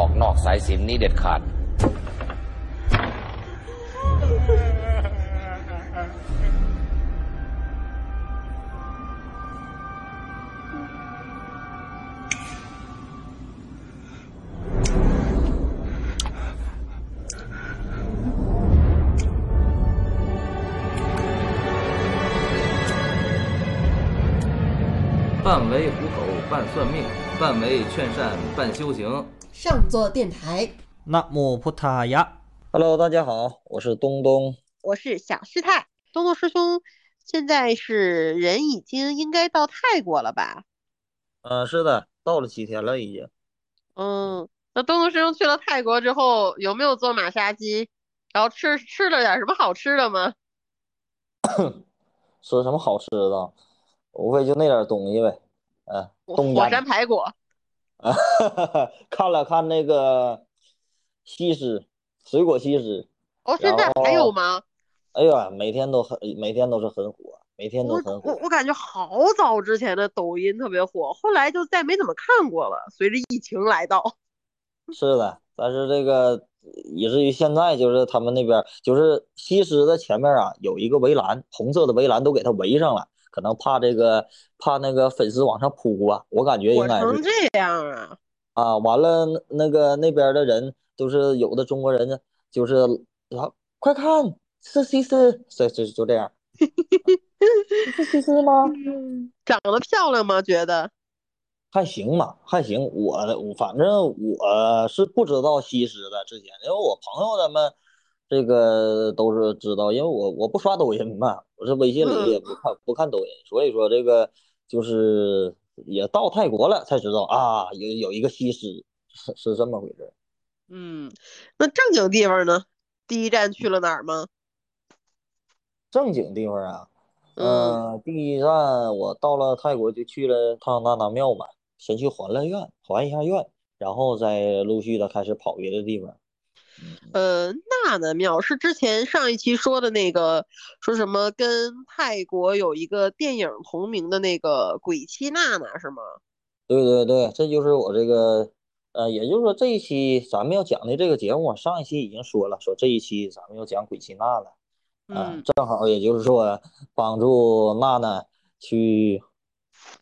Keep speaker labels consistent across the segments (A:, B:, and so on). A: อกนอกสายสินนี้เด็ดขาด
B: 半为糊口，半算命，半为劝善，半修行。
C: 上座电台，
D: 那木พุทธายะ
E: Hello，大家好，我是东东。
F: 我是小师太，东东师兄，现在是人已经应该到泰国了吧？
E: 呃，是的，到了几天了已经。
F: 嗯，那东东师兄去了泰国之后，有没有做马杀鸡？然后吃吃了点什么好吃的吗？
E: 吃什么好吃的？无非就那点东西呗。嗯、
F: 火
E: 东家
F: 火山排骨。
E: 啊， 看了看那个西施，水果西施。
F: 哦，现在还有吗？
E: 哎呀，每天都很，每天都是很火，每天都
F: 我
E: 很
F: 我
E: 火。
F: 我感觉好早之前的抖音特别火，后来就再没怎么看过了。随着疫情来到，
E: 是的，但是这个以至于现在就是他们那边就是西施的前面啊有一个围栏，红色的围栏都给它围上了，可能怕这个怕那个粉丝往上扑吧，我感觉
F: 火
E: 应该是
F: 成。这样啊！
E: 啊，完了，那个那边的人就是有的中国人呢，就是啊，快看，是西施，这这就这样，是西施吗？
F: 长得漂亮吗？觉得？
E: 还行吧，还行。我我反正我是不知道西施的，之前因为我朋友他们这个都是知道，因为我我不刷抖音嘛，我是微信里也不看不看抖音，所以说这个就是也到泰国了才知道啊，有有一个西施是是这么回事儿。
F: 嗯，那正经地方呢？第一站去了哪儿吗？
E: 正经地方啊，
F: 嗯
E: 呃，第一站我到了泰国就去了趟那娜庙嘛，先去还了愿，还一下愿，然后再陆续的开始跑别的地方。
F: 呃，那的庙是之前上一期说的那个，说什么跟泰国有一个电影同名的那个鬼妻娜娜是吗？
E: 对对对，这就是我这个，呃，也就是说这一期咱们要讲的这个节目啊，上一期已经说了，说这一期咱们要讲鬼泣娜了，啊、
F: 嗯，
E: 正好也就是说帮助娜娜去，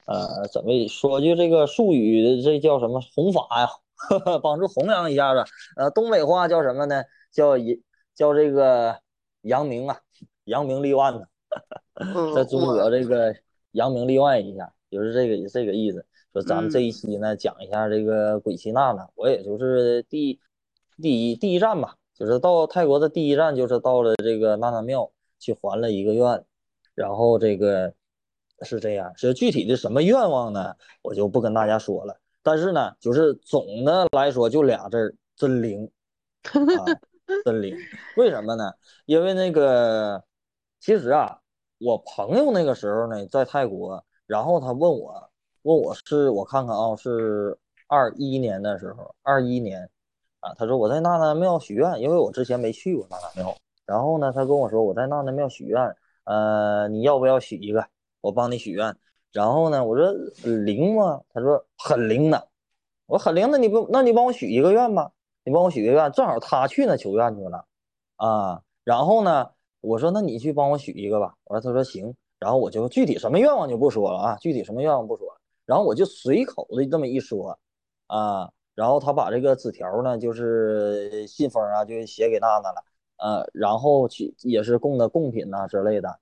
E: 呃，怎么说句这个术语，这叫什么弘法呀、 呵呵，帮助弘扬一下子，呃，东北话叫什么呢？叫一叫这个扬名啊，扬名立万呢。
F: 嗯
E: 在中
F: 我
E: 国这个扬名立万一下，就是这个这个意思。说咱们这一期呢，讲一下这个鬼泣娜娜，我也就是第第一第一站吧，就是到泰国的第一站，就是到了这个娜娜庙去还了一个愿，然后这个是这样，是具体的什么愿望呢，我就不跟大家说了。但是呢，就是总的来说就俩字儿，真灵。啊，真灵。为什么呢？因为那个，其实啊，我朋友那个时候呢在泰国，然后他问我，问我是我看看啊，是二一年的时候，二一年啊，他说我在娜娜庙许愿，因为我之前没去过娜娜庙。然后呢，他跟我说我在娜娜庙许愿，呃，你要不要许一个？我帮你许愿。然后呢，我说呃灵吗？他说很灵的。我说很灵，那你不，那你帮我许一个愿吧。你帮我许个愿，正好他去那求愿去了，啊，然后呢，我说那你去帮我许一个吧，完了他说行，然后我就具体什么愿望就不说了啊，具体什么愿望不说了，然后我就随口的这么一说，啊，然后他把这个纸条呢，就是信封啊，就写给娜娜了，呃，然后去也是供的贡品呐、之类的，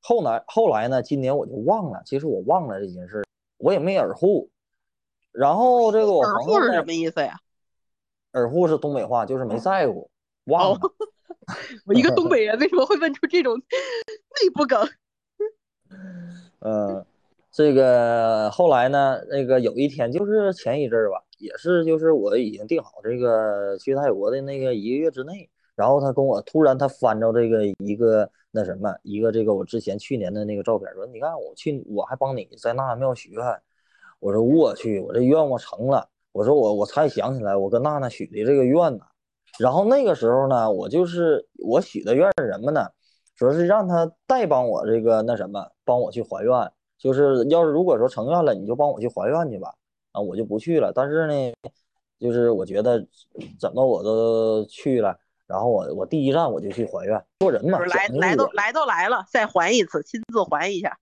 E: 后来后来呢，今年我就忘了，其实我忘了这件事儿，我也没耳护，然后这个我
F: 耳
E: 朋
F: 护
E: 友
F: 是
E: 呢
F: 什么意思呀？
E: 耳护是东北话，就是没在乎，忘了
F: 哦。 我一个东北人为什么会问出这种 内部梗？
E: 嗯，这个后来呢，那个有一天，就是前一阵儿吧，也是就是我已经定好这个去泰国的那个一个月之内，然后他跟我突然他翻着这个一个那什么一个这个我之前去年的那个照片，说你看我去我还帮你在那庙许愿，我说我去我这愿望成了，我说我我才想起来我跟娜娜许的这个愿呢，然后那个时候呢，我就是我许的愿是什么呢？主要是让他代帮我这个那什么，帮我去还愿。就是要是如果说成愿了，你就帮我去还愿去吧，啊，我就不去了。但是呢，就是我觉得怎么我都去了，然后我我第一站我就去还愿，做人
F: 就
E: 嘛，
F: 是来
E: 讲究
F: 来
E: 一
F: 都
E: 点
F: 来都来了，再还一次，亲自还一下。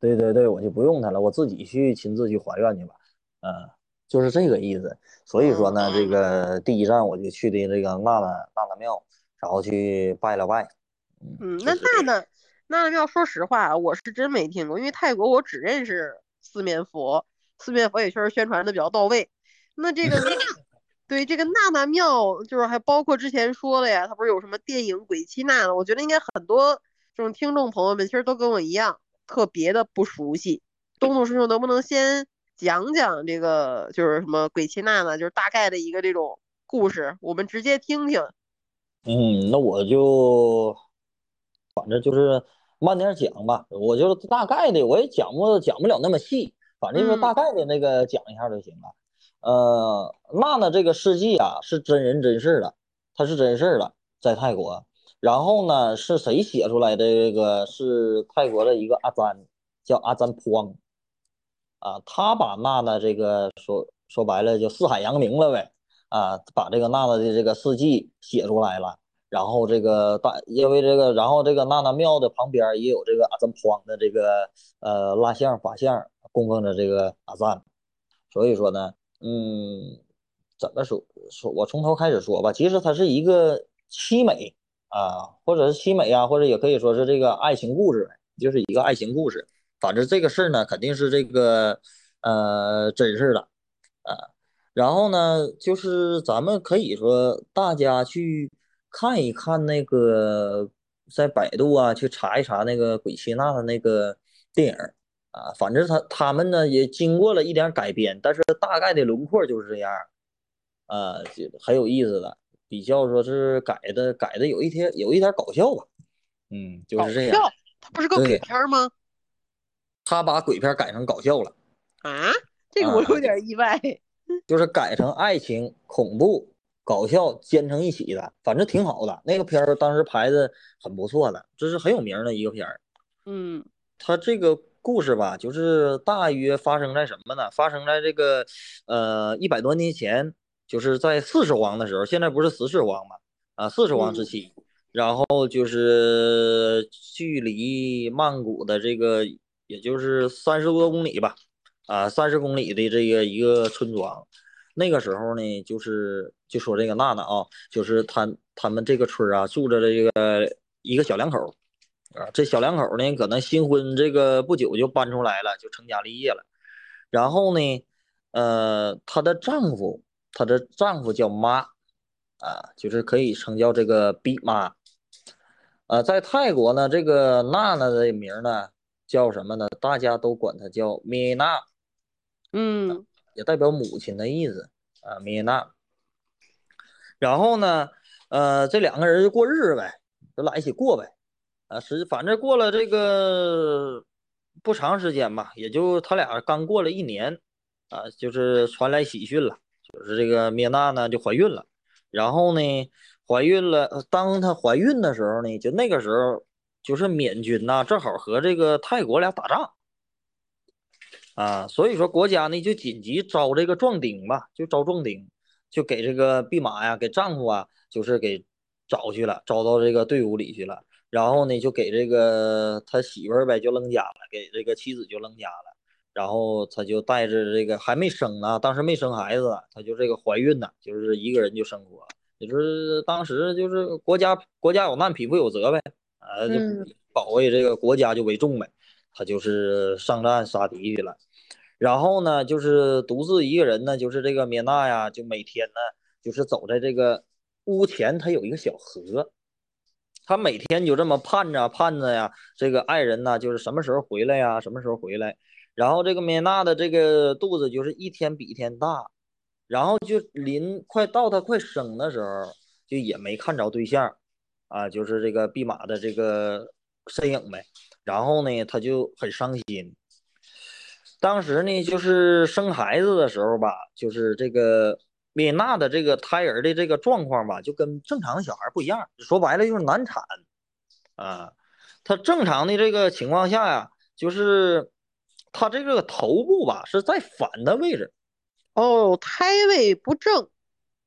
E: 对对对，我就不用它了，我自己去亲自去还愿去吧，嗯，就是这个意思。所以说呢，这个第一站我就去的这个娜娜娜娜庙，然后去拜了拜。
F: 嗯，
E: 就
F: 那
E: 是
F: 娜娜娜娜要说实话，啊我是真没听过，因为泰国我只认识四面佛，四面佛也确实宣传的比较到位。那这个娜，对这个娜娜庙，就是还包括之前说的呀，它不是有什么电影《鬼妻娜娜》，我觉得应该很多这种听众朋友们其实都跟我一样，特别的不熟悉。东东师兄能不能先讲讲这个就是什么鬼妻娜娜，就是大概的一个这种故事，我们直接听听。
E: 嗯，那我就反正就是慢点讲吧，我就是大概的，我也讲不讲不了那么细，反正就是
F: 嗯
E: 大概的那个讲一下就行了。呃，娜娜这个事迹啊是真人真事儿的，它是真事儿的，在泰国。然后呢，是谁写出来的？这个是泰国的一个阿詹，叫阿詹普旺啊，他把娜娜这个说说白了就四海扬名了呗。啊，把这个娜娜的这个事迹写出来了。然后这个大，因为这个，然后这个娜娜庙的旁边也有这个阿赞普昂的这个呃蜡像法像供奉着这个阿赞，所以说呢，嗯，怎么说说，我从头开始说吧。其实它是一个凄美啊，或者是凄美啊，或者也可以说是这个爱情故事呗，就是一个爱情故事。反正这个事儿呢，肯定是这个呃真事儿的啊。然后呢，就是咱们可以说大家去看一看那个，在百度啊去查一查那个鬼切纳的那个电影儿啊，反正他他们呢也经过了一点儿改编，但是大概的轮廓就是这样儿，啊，就很有意思的，比较说是改的改的有一些有一点儿搞笑吧，嗯，就
F: 搞
E: 是这样，
F: 笑，它不是个鬼
E: 对
F: 片儿吗？
E: 他把鬼片儿改成搞笑了。
F: 啊，这个我
E: 啊
F: 有点意外。
E: 就是改成爱情、恐怖、搞笑兼成一起的，反正挺好的。那个片儿当时拍的很不错的，这是很有名儿的一个片儿。
F: 嗯
E: 它这个故事吧，就是大约发生在什么呢？发生在这个呃一百多年前，就是在四世王的时候，现在不是十世王嘛？啊，四世王时
F: 嗯
E: 期。然后就是距离曼谷的这个，也就是三十多公里吧，啊，三十公里的这个一个村庄。那个时候呢，就是就说这个娜娜啊，就是他他们这个村儿啊，住着这个一个小两口儿，啊，这小两口儿呢，可能新婚这个不久就搬出来了，就成家立业了。然后呢，呃，她的丈夫，她的丈夫叫妈，啊，就是可以称叫这个 B 妈。呃，在泰国呢，这个娜娜的名儿呢叫什么呢？大家都管她叫米娜，
F: 嗯
E: 也代表母亲的意思啊，米娜。然后呢，呃，这两个人就过日子呗，就俩一起过呗。啊，实反正过了这个不长时间吧，也就他俩刚过了一年，啊，就是传来喜讯了，就是这个米娜呢就怀孕了。然后呢，怀孕了，呃当她怀孕的时候呢，就那个时候就是缅军呐、正好和这个泰国俩打仗。啊，所以说国家呢就紧急招这个壮丁吧，就招壮丁，就给这个弼马呀，给丈夫啊，就是给找去了，招到这个队伍里去了。然后呢，就给这个他媳妇儿呗，就扔家了，给这个妻子就扔家了。然后他就带着这个还没生呢，当时没生孩子呢，他就这个怀孕呢，就是一个人就生活了，也就是当时就是国家国家有难，匹夫有责呗，啊，就
C: 嗯
E: 保卫这个国家就为重呗。他就是上战杀敌去了。然后呢，就是独自一个人呢，就是这个米娜呀，就每天呢，就是走在这个屋前，他有一个小河，他每天就这么盼着盼着呀，这个爱人呐，就是什么时候回来呀，什么时候回来。然后这个米娜的这个肚子就是一天比一天大，然后就临快到她快生的时候，就也没看着对象，啊，就是这个弼马的这个身影呗。然后呢，他就很伤心。当时呢，就是生孩子的时候吧，就是这个米娜的这个胎儿的这个状况吧，就跟正常的小孩不一样，说白了就是难产啊。他正常的这个情况下呀、就是他这个头部吧是在反的位置，
F: 哦，胎位不正。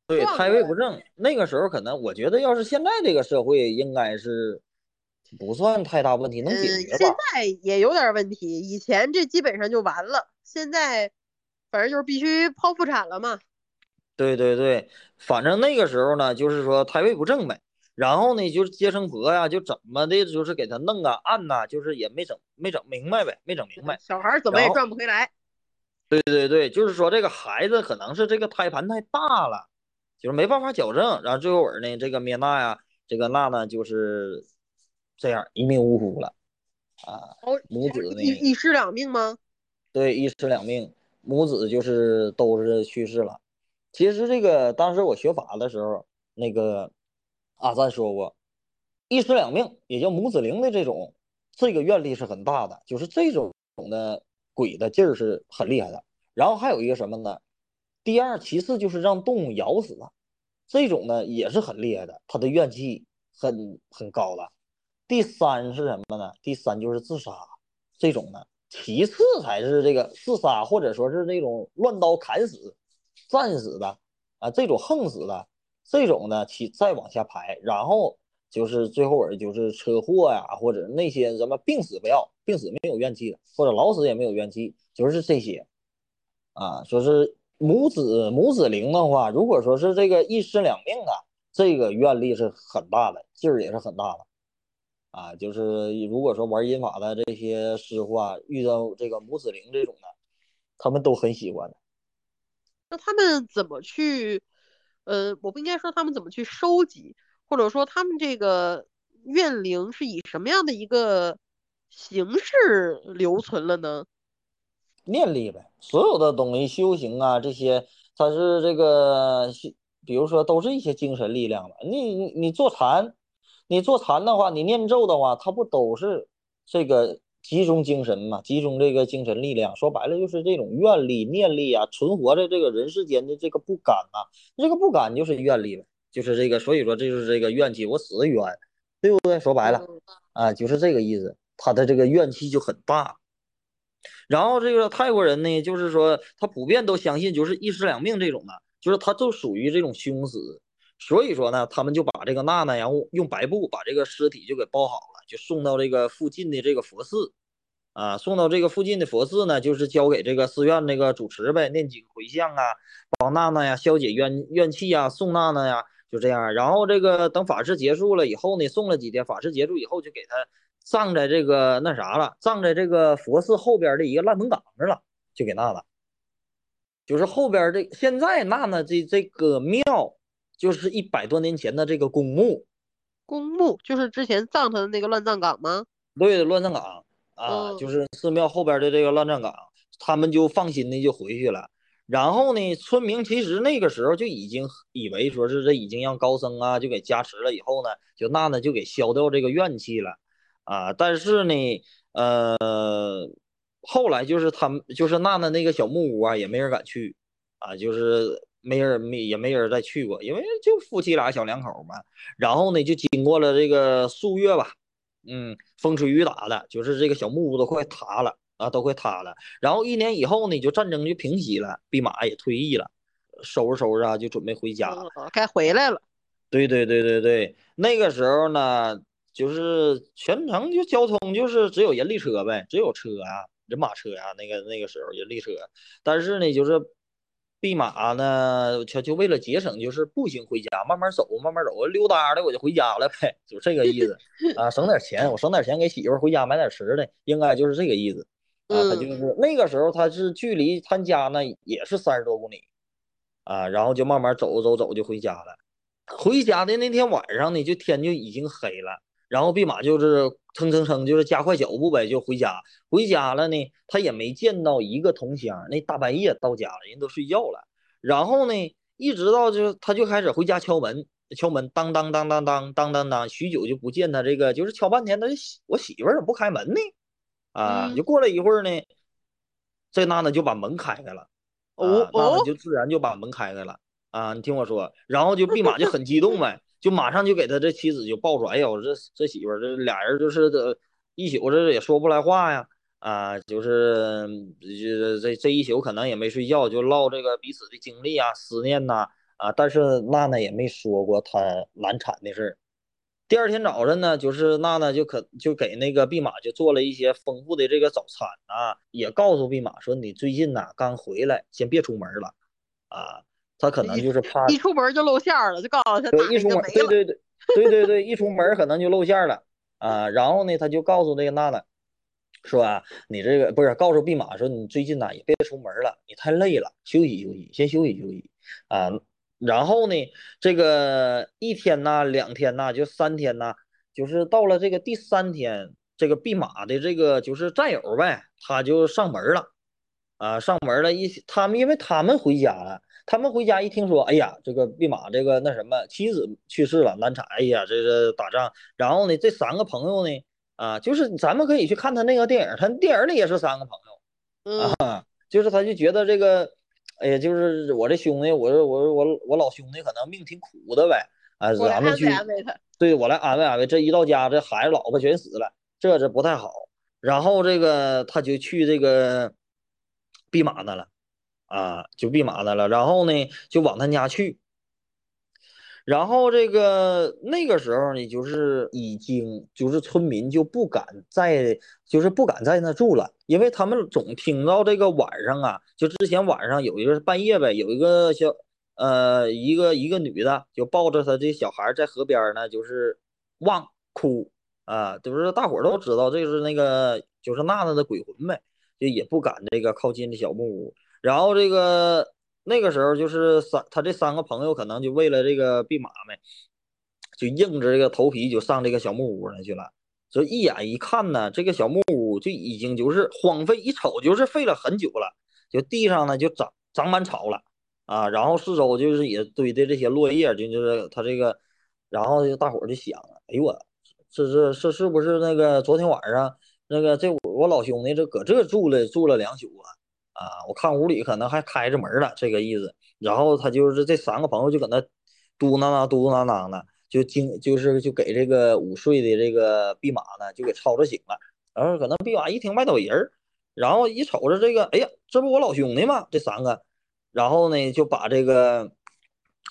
E: 对，
F: 断
E: 胎
F: 过
E: 位
F: 来
E: 不正，那个时候可能我觉得，要是现在这个社会，应该是不算太大问题，能
F: 嗯，
E: 解决
F: 现
E: 吧？
F: 在也有点问题，以前这基本上就完了，现在反正就是必须剖腹产了嘛。
E: 对对对，反正那个时候呢，就是说胎位不正呗，然后呢，就是接生婆呀，就怎么的，就是给他弄啊按呐、就是也没整没整明白呗，没整明白。
F: 小孩儿怎么也
E: 然后
F: 转不回来，
E: 对对对，就是说这个孩子可能是这个胎盘太大了，就是没办法矫正。然后最后尾儿呢，这个灭娜呀，这个娜娜就是这样一命呜呼了啊，
F: 哦
E: 母子呢
F: 一一尸两命吗？
E: 对，一尸两命，母子就是都是去世了。其实这个当时我学法的时候，那个阿赞说过，一尸两命也叫母子灵的这种，这个愿力是很大的，就是这种的鬼的劲儿是很厉害的。然后还有一个什么呢？第二，其次就是让动物咬死它，这种呢也是很厉害的，它的怨气很很高的。第三是什么呢？第三就是自杀这种呢，其次才是这个自杀或者说是这种乱刀砍死、战死的啊，这种横死的这种呢，其再往下排，然后就是最后尾儿就是车祸呀、或者那些什么病死不要，病死没有怨气的，或者老死也没有怨气，就是这些。啊，说是母子母子灵的话，如果说是这个一尸两命啊，这个愿力是很大的，劲儿也是很大的。啊，就是如果说玩阴法的这些师傅啊，遇到这个母子灵这种的，他们都很喜欢的。
F: 那他们怎么去？呃，我不应该说他们怎么去收集，或者说他们这个怨灵是以什么样的一个形式留存了呢？
E: 念力呗，所有的东西修行啊，这些它是这个，西比如说都是一些精神力量吧。你你你做禅，你做禅的话，你念咒的话，它不都是这个集中精神嘛？集中这个精神力量，说白了就是这种愿力、念力啊，存活在这个人世间的这个不甘呐、这个不甘就是愿力呗，就是这个，所以说这就是这个怨气，我死的冤，对不对？说白了
F: 嗯
E: 啊，就是这个意思，他的这个怨气就很大。然后这个泰国人呢，就是说他普遍都相信就是一尸两命这种的，就是他就属于这种凶死，所以说呢，他们就把这个娜娜，然后用白布把这个尸体就给包好了，就送到这个附近的这个佛寺，啊，送到这个附近的佛寺呢，就是交给这个寺院那个主持呗，念几个回向啊，帮娜娜呀消解怨怨气呀，送娜娜呀，就这样。然后这个等法事结束了以后呢，送了几天，法事结束以后就给他葬在这个那啥了，葬在这个佛寺后边的一个烂坟岗上了，就给娜娜。就是后边这现在娜娜这这个庙，就是一百多年前的这个公墓，
F: 公墓就是之前葬他的那个乱葬岗吗？
E: 对，乱葬岗啊，
F: 嗯
E: 就是寺庙后边的这个乱葬岗，他们就放心的就回去了。然后呢，村民其实那个时候就已经以为说是这已经让高僧啊就给加持了，以后呢，就娜娜就给消掉这个怨气了啊。但是呢，呃，后来就是他们就是娜娜那个小木屋啊，也没人敢去啊，就是没人没也没人再去过，因为就夫妻俩小两口嘛。然后呢，就经过了这个数月吧，嗯，风吹雨打的，就是这个小木屋都快塌了啊，都快塌了。然后一年以后呢，就战争就平息了，弼马也退役了，收拾收拾啊，就准备回家了。
F: 哦该回来
E: 啊
F: 了。
E: 对对对对对，那个时候呢，就是全程就交通就是只有人力车呗，只有车啊，人马车啊，那个那个时候人力车。但是呢，就是弼马呢，他就为了节省，就是步行回家，慢慢走，慢慢走，溜达的我就回家了呗， 就这个意思啊，省点钱，我省点钱给媳妇儿回家买点吃的，应该就是这个意思啊。他
F: 嗯
E: 就是那个时候，他是距离他家呢也是三十多公里啊，然后就慢慢走走走就回家了。回家的那天晚上呢，就天就已经黑了，然后弼马就是蹭蹭蹭，就是加快脚步呗，就回家。回家了呢，他也没见到一个同乡，那大半夜到家了，人都睡觉了。然后呢，一直到就是他就开始回家敲门，敲门，当当当当当当当当，许久就不见他这个，就是敲半天，他媳我媳妇儿怎么不开门呢？啊，
F: 嗯
E: 就过了一会儿呢，这娜娜就把门开开了，
F: 哦
E: 啊，娜娜
F: 哦
E: 就自然就把门开开了啊，你听我说，然后就弼马就很激动呗，就马上就给他这妻子就抱出来，哎呦，这这媳妇儿这俩人就是这一宿这也说不来话呀。啊，就是嗯这这这一宿可能也没睡觉，就唠这个彼此的经历啊、思念呐、啊，但是娜娜也没说过她难产的事儿。第二天早晨呢，就是娜娜就可就给那个弼马就做了一些丰富的这个早餐啊，也告诉弼马说你最近呐、刚回来，先别出门了啊。他可能就是怕
F: 哦一出门就露馅儿了，就告诉他
E: 对，
F: 大
E: 一
F: 人
E: 出
F: 就
E: 门，对
F: 没了。
E: 对对对对对，一出门可能就露馅儿了啊。然后呢，他就告诉那个娜娜说啊，你这个不是告诉弼马说你最近呐、也别出门了，你太累了，休息休息，先休息休息啊。然后呢，这个一天呐、两天呐、就三天呐、就是到了这个第三天，这个弼马的这个就是战友呗，他就上门了。啊，上门了一，他们因为他们回家了，他们回家一听说，哎呀，这个弼马这个那什么妻子去世了，难产，哎呀，这是打仗。然后呢，这三个朋友呢，啊，就是咱们可以去看他那个电影，他电影里也是三个朋友，啊
F: 嗯，
E: 就是他就觉得这个，哎呀，就是我这兄弟，我这我我我老兄弟可能命挺苦的呗，啊，
F: 我
E: 咱
F: 来安
E: 们去
F: 慰安慰他。
E: 对我来安慰安慰。这一到家，这孩子老婆全死了，这这不太好。然后这个他就去这个弼马那了，啊，就弼马那了。然后呢，就往他家去。然后这个那个时候呢，就是已经就是村民就不敢再就是不敢在那住了，因为他们总听到这个晚上啊，就之前晚上有一个半夜呗，有一个小呃一个一个女的就抱着她这小孩儿在河边儿呢，就是汪哭啊，就是大伙儿都知道这是那个就是娜娜的鬼魂呗，就也不敢这个靠近这小木屋。然后这个那个时候就是三，他这三个朋友可能就为了这个弼马呗，就硬着这个头皮就上这个小木屋那去了。这一眼一看呢，这个小木屋就已经就是荒废，一瞅就是废了很久了，就地上呢就长长满草了啊，然后四周就是也堆的这些落叶，就就是他这个，然后就大伙儿就想，哎呦我，这这这是不是那个昨天晚上那个这我我老兄弟这搁这住了住了两宿啊？啊，我看屋里可能还开着门儿了，这个意思。然后他就是这三个朋友就搁那嘟囔囔嘟嘟囔囔的，就惊就是就给这个午睡的这个弼马呢就给吵吵醒了。然后可能弼马一听外头有人儿，然后一瞅着这个，哎呀，这不我老兄弟吗？这三个，然后呢就把这个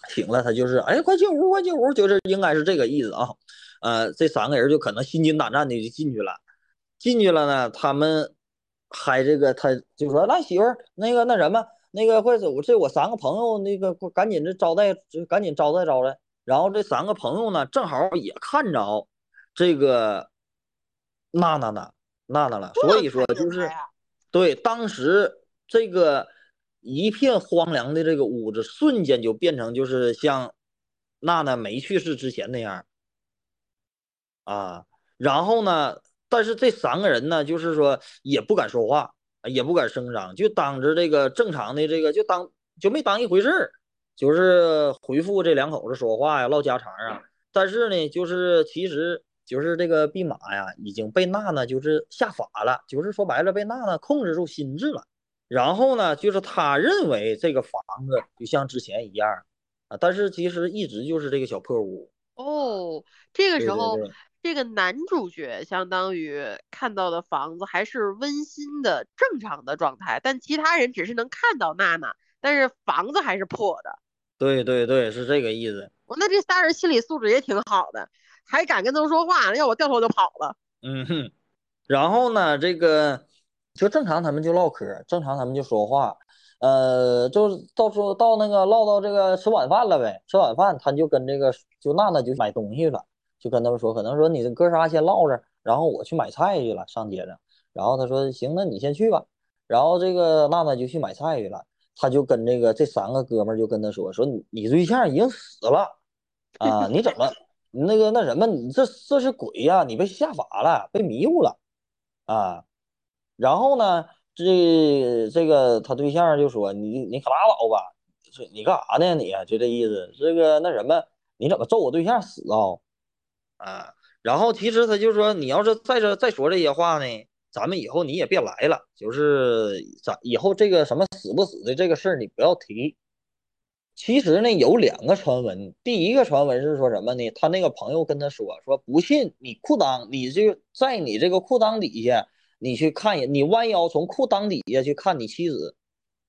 E: 醒了，他就是哎快进屋快进屋，就是应该是这个意思啊。呃，这三个人就可能心惊胆战的就进去了。进去了呢，他们还这个，他就说：“来，媳妇儿，那个那什么，那个快走，我这我三个朋友，那个快赶紧这招待，这赶紧招待招待。”然后这三个朋友呢，正好也看着这个娜娜呢，娜娜了，
F: 不
E: 所
F: 能
E: 以说
F: 看见
E: 就是
F: 他呀
E: 对当时这个一片荒凉的这个屋子，瞬间就变成就是像娜娜没去世之前那样儿啊。然后呢，但是这三个人呢，就是说也不敢说话，也不敢声张，就当着这个正常的这个，就当就没当一回事儿，就是回复这两口子说话呀，唠家常啊。但是呢，就是其实就是这个弼马呀，已经被娜娜就是下法了，就是说白了被娜娜控制住心智了。然后呢，就是他认为这个房子就像之前一样啊，但是其实一直就是这个小破屋。
F: 哦，这个
E: 对
F: 时
E: 对
F: 候
E: 对
F: 这个男主角相当于看到的房子还是温馨的正常的状态，但其他人只是能看到娜娜，但是房子还是破的。
E: 对对对，是这个意思。
F: 我那这仨人心理素质也挺好的，还敢跟他们说话，要我掉头就跑了。
E: 嗯哼，然后呢，这个就正常，他们就唠嗑儿，正常他们就说话，呃，就是到时候到那个唠到这个吃晚饭了呗，吃晚饭他就跟这个就娜娜就买东西了，就跟他们说，可能说你这哥仨先唠着，然后我去买菜去了，上街上，然后他说行，那你先去吧，然后这个娜娜就去买菜去了，他就跟这个这三个哥们儿就跟他说，说你你对象已经死了啊，你怎么？那个那什么，你这这是鬼呀、你被下法了，被迷糊了啊！然后呢，这这个他对象就说：“你你可拉倒吧，这你干啥呢你？啊就这意思。这个那什么，你怎么咒我对象死啊？”啊，然后其实他就说：“你要是再这再说这些话呢，咱们以后你也别来了，就是咱以后这个什么死不死的这个事儿你不要提。”其实呢，有两个传闻。第一个传闻是说什么呢？他那个朋友跟他说，说不信你裤裆，你就在你这个裤裆底下，你去看一眼，你弯腰从裤嗯裆底下去看你妻子，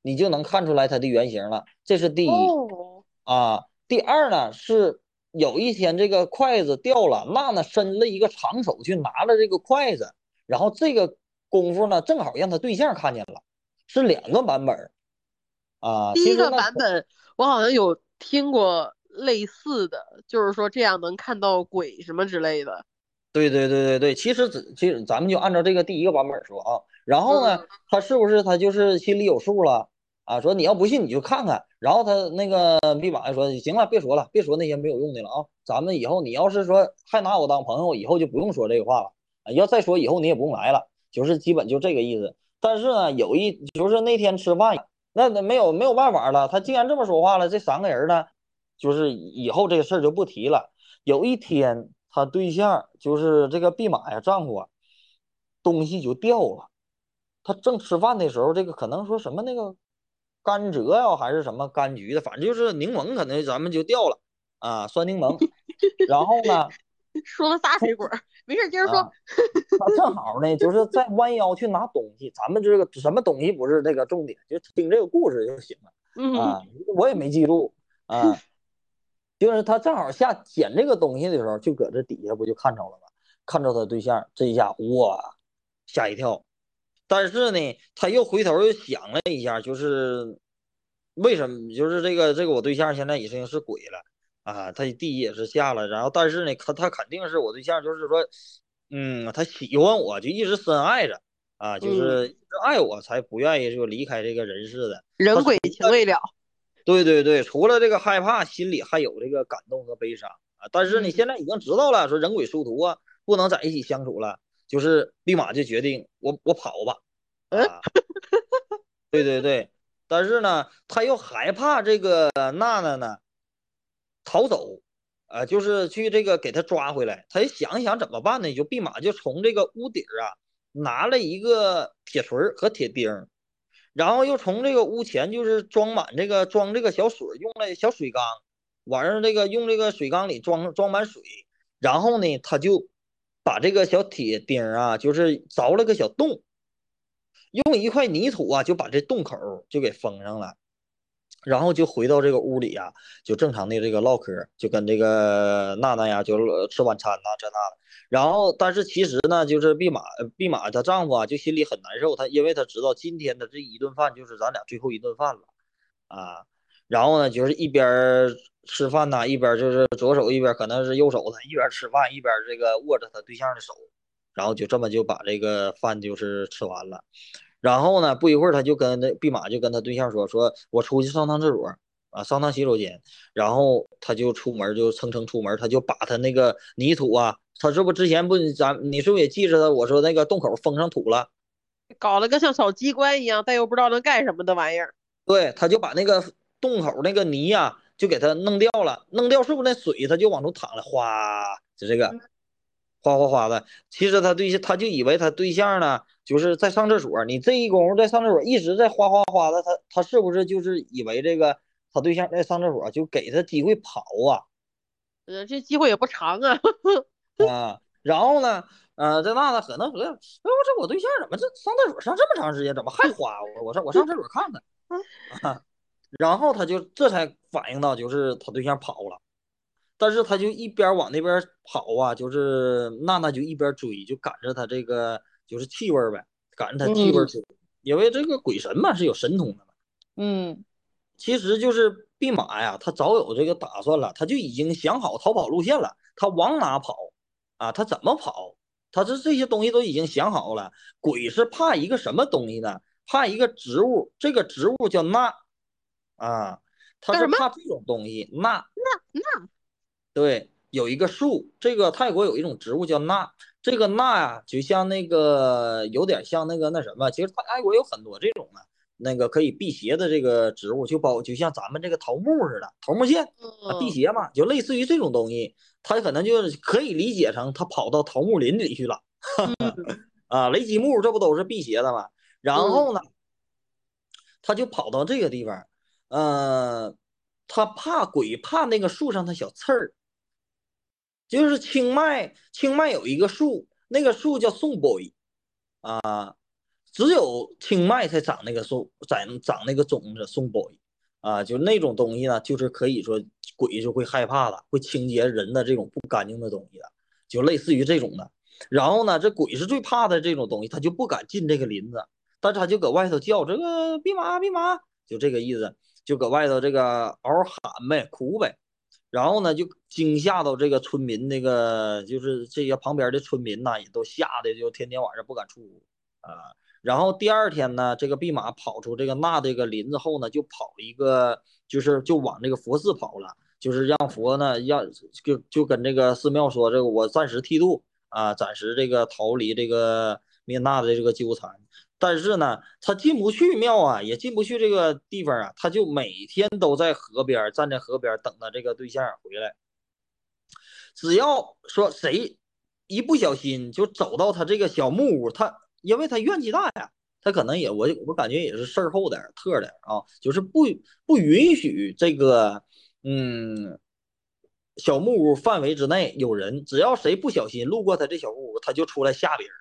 E: 你就能看出来她的原型了。这是第一
F: 哦，
E: 啊。第二呢是有一天这个筷子掉了，娜娜伸了一个长手去拿了这个筷子，然后这个功夫呢正好让他对象看见了，是两个版本儿啊。
F: 第
E: 其
F: 一
E: 实
F: 个
E: 那
F: 版本我好像有听过类似的，就是说这样能看到鬼什么之类的。
E: 对对对对对，其实只其实咱们就按照这个第一个版本说啊，然后呢
F: 嗯，
E: 他是不是他就是心里有数了啊？说你要不信你就看看，然后他那个密码说行了，别说了，别说那些没有用的了啊，咱们以后你要是说还拿我当朋友，以后就不用说这个话了啊，要再说以后你也不用来了，就是基本就这个意思。但是呢，有一就是那天吃饭，那那没有没有办法了，他既然这么说话了，这三个人呢，就是以后这个事儿就不提了。有一天，他对象就是这个弼马呀，丈夫啊，东西就掉了。他正吃饭的时候，这个可能说什么那个甘蔗呀、还是什么柑橘的，反正就是柠檬，可能咱们就掉了啊，酸柠檬。然后呢，
F: 说了仨水果儿，没事儿接着说。
E: 啊，他正好呢，就是在弯腰去拿东西。咱们这个什么东西不是这个重点，就听这个故事就行了。
F: 嗯，
E: 啊，我也没记住 啊，就是他正好下捡这个东西的时候，就搁这底下不就看着了吗？看着他对象，这一下哇，吓一跳。但是呢，他又回头又想了一下，就是为什么？就是这个这个我对象现在已经是鬼了啊，他地也是下了，然后但是呢，他他肯定是我对象，就是说，嗯，他喜欢我就一直深爱着啊，就
F: 嗯
E: 是一直爱我才不愿意就离开这个人世的。
F: 人鬼情未了。
E: 对对对，除了这个害怕，心里还有这个感动和悲伤啊。但是你
F: 嗯
E: 现在已经知道了，说人鬼殊途啊，不能在一起相处了，就是立马就决定我我跑吧。啊，对对对，但是呢，他又害怕这个娜娜呢逃走，啊，就是去这个给他抓回来。他想一想怎么办呢？就弼马就从这个屋顶儿啊拿了一个铁锤儿和铁钉儿，然后又从这个屋前就是装满这个装这个小水儿用了小水缸，完事儿这个用这个水缸里装装满水，然后呢他就把这个小铁钉儿啊就是凿了个小洞，用一块泥土啊就把这洞口儿就给封上了。然后就回到这个屋里啊，就正常的这个唠嗑儿，就跟这个娜娜呀，就是呃吃晚餐呐、这那的。然后，但是其实呢，就是弼马，呃弼马她丈夫啊，就心里很难受，他因为他知道今天的这一顿饭就是咱俩最后一顿饭了，啊，然后呢，就是一边儿吃饭呐、一边儿就是左手一边儿可能是右手，他一边儿吃饭一边儿这个握着他对象的手，然后就这么就把这个饭就是吃完了。然后呢，不一会儿他就跟那弼马就跟他对象说，说我出去上趟厕所啊，上趟洗手间。然后他就出门儿就蹭蹭出门儿，他就把他那个泥土啊，他这不之前不咱你是不是也记着他？我说那个洞口封上土了，
F: 搞了个像小机关一样，但又不知道能干什么的玩意儿。
E: 对，他就把那个洞口那个泥呀、就给它弄掉了，弄掉是不是那水它就往出淌了，哗，就这个哗哗哗的。其实他对象他就以为他对象呢就是在上厕所，你这一功夫在上厕所一直在哗哗哗的，他他是不是就是以为这个他对象在上厕所就给他机会跑啊？
F: 呃，这机会也不长啊。
E: 啊，然后呢，呃，这那的可能合计，哎呦，这我对象怎么这上厕所上这么长时间，怎么还花我？我上我上厕所看看， 啊，然后他就这才反应到，就是他对象跑了，但是他就一边往那边跑啊，就是娜娜就一边追，就赶着他这个就是气味儿呗，赶着他气味儿追，因为这个鬼神嘛是有神通的嘛。
F: 嗯，
E: 其实就是弼马呀，他早有这个打算了，他就已经想好逃跑路线了，他往哪跑啊？他怎么跑？他这这些东西都已经想好了。鬼是怕一个什么东西呢？怕一个植物，这个植物叫钠啊，他
F: 叫
E: 是
F: 什么
E: 怕这种东西钠。
F: 那
E: 对，有一个树，这个泰国有一种植物叫钠，这个钠呀、啊就像那个有点像那个那什么，其实泰国有很多这种的，啊那个可以辟邪的这个植物，就包就像咱们这个桃木似的，桃木剑啊，辟
F: 嗯
E: 邪嘛，就类似于这种东西，它可能就是可以理解成它跑到桃木林里去了
F: 嗯
E: 啊，雷击木这不都是辟邪的吗？然后呢，他就跑到这个地方，呃，他怕鬼怕那个树上的小刺儿，就是清迈，清迈有一个树，那个树叫宋 boy，啊，只有清迈才长那个树，长长那个种子宋 boy，啊，就那种东西呢，就是可以说鬼是会害怕的，会清洁人的这种不干净的东西的，就类似于这种的。然后呢，这鬼是最怕的这种东西，他就不敢进这个林子，但是他就搁外头叫这个弼马弼马，就这个意思，就搁外头这个嗷喊呗，哭呗。然后呢，就惊吓到这个村民，那个就是这些旁边的村民呐，也都吓得就天天晚上不敢出屋啊。然后第二天呢，这个弼马跑出这个那这个林子后呢，就跑一个，就是就往这个佛寺跑了，就是让佛呢，让就就跟这个寺庙说，这个我暂时剃度啊，暂时这个逃离这个灭那的这个纠缠。但是呢，他进不去庙啊，也进不去这个地方啊，他就每天都在河边儿站在河边儿等着这个对象回来。只要说谁一不小心就走到他这个小木屋，他因为他怨气大呀，他可能也我我感觉也是事儿厚点儿特点儿啊，就是不不允许这个嗯小木屋范围之内有人，只要谁不小心路过他这小木屋，他就出来吓别人。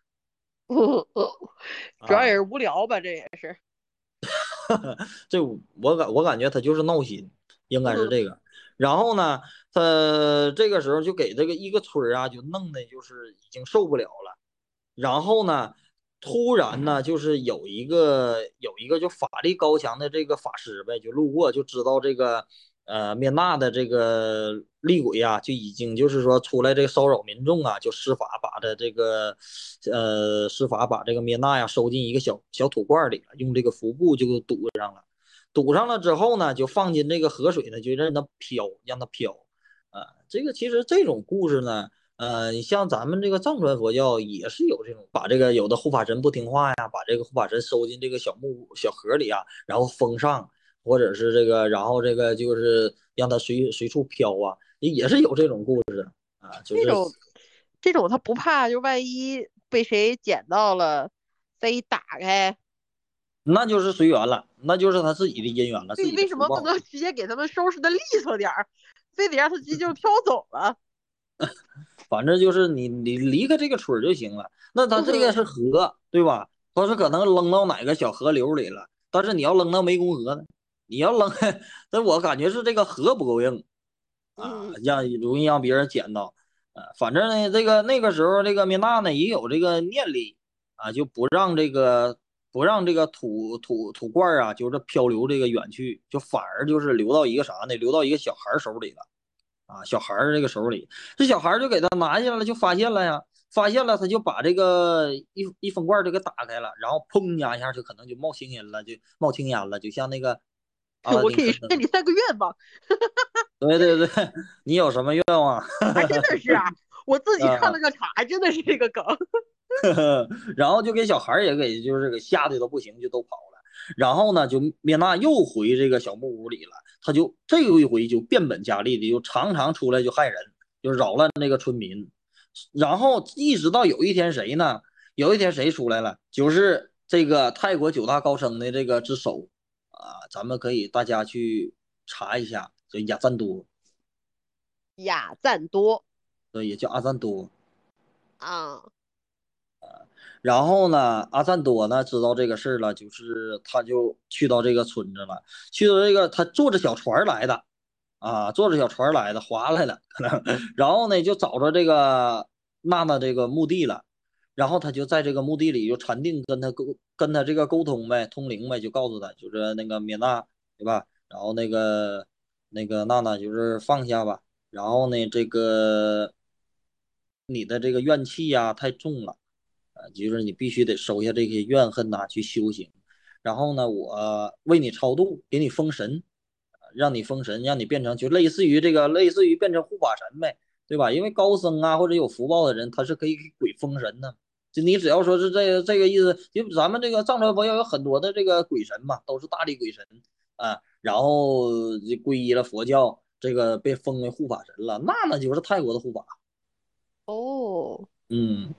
F: 嗯 主要
E: 啊
F: 也是无聊吧，这也是。
E: 这我感我感觉他就是闹心，应该是这个。然后呢，他这个时候就给这个一个村儿啊，就弄的就是已经受不了了。然后呢，突然呢，就是有一个有一个就法力高强的这个法师呗，就路过就知道这个呃面纳的这个厉鬼啊，就已经就是说出来这个骚扰民众啊，就施法把他这个呃施法把这个面纳呀收进一个小小土罐里了，用这个符布就堵上了。堵上了之后呢，就放进这个河水呢，就让它飘，让它飘。啊，这个其实这种故事呢，呃，你像咱们这个藏传佛教也是有这种，把这个有的护法神不听话呀，把这个护法神收进这个小木屋小河里啊，然后封上，或者是这个，然后这个就是让它随随处飘啊，也也是有这种故事的啊，就
F: 这
E: 是
F: 种这种他不怕，就万一被谁捡到了，再一打开，
E: 那就是随缘了，那就是他自己的姻缘了，自
F: 为
E: 己的
F: 为什
E: 福
F: 么
E: 报
F: 不能直接给他们收拾的利索点儿，非得让他 直接就飘走了？
E: 反正就是你你离开这个村儿就行了。那它这个是河，对吧？它是可能扔到哪个小河流里了，但是你要扔到湄公河呢？你要扔，但我感觉是这个河不够硬啊
F: 嗯，
E: 让容易让别人捡到。呃，反正呢，这个那个时候，这个面大呢也有这个念力啊，就不让这个不让这个土土土罐儿啊，就是漂流这个远去，就反而就是流到一个啥呢？流到一个小孩儿手里了啊，小孩儿这个手里。这小孩儿就给他拿下来了，就发现了呀，发现了，他就把这个一一封罐儿就给打开了，然后砰呀一下就可能就冒青烟了，就冒青烟了，就像那个阿拉
F: 我
E: 丁
F: 给你
E: 神
F: 给
E: 灯
F: 你三个 愿望，
E: 对对对，你有什么愿望？
F: 还真 的是啊，我自己
E: 啊
F: 看了个查，还真的是这个梗。
E: 然后就给小孩儿也给就是给吓得都不行，就都跑了。然后呢，就面娜又回这个小木屋里了，他就这一回就变本加厉的，就常常出来就害人，就扰乱那个村民。然后一直到有一天谁呢？有一天谁出来了？就是这个泰国九大高僧的这个之首啊，咱们可以大家去查一下，就雅赞多，
F: 雅赞多
E: 对，也叫阿赞多。
F: 啊，
E: 然后呢，阿赞多呢知道这个事儿了，就是他就去到这个村子了，去到这个他坐着小船儿来的，啊，坐着小船儿来的，划来的，可能。 然后呢，就找着这个娜娜这个墓地了，然后他就在这个墓地里就禅定，跟他沟跟他这个沟通呗，通灵呗，就告诉他，就是那个米娜，对吧？然后那个那个娜娜就是放下吧，然后呢，这个你的这个怨气呀、太重了。呃，就是你必须得收下这些怨恨呐、去修行。然后呢，我为你超度，给你封神，呃让你封神，让你变成就类似于这个，类似于变成护法神呗，对吧？因为高僧啊或者有福报的人，他是可以给鬼封神的。就你只要说是这个这个意思，就咱们这个藏传佛教有很多的这个鬼神嘛，都是大力鬼神啊，然后就皈依了佛教，这个被封为护法神了，那那就是泰国的护法。
F: 哦，
E: 嗯，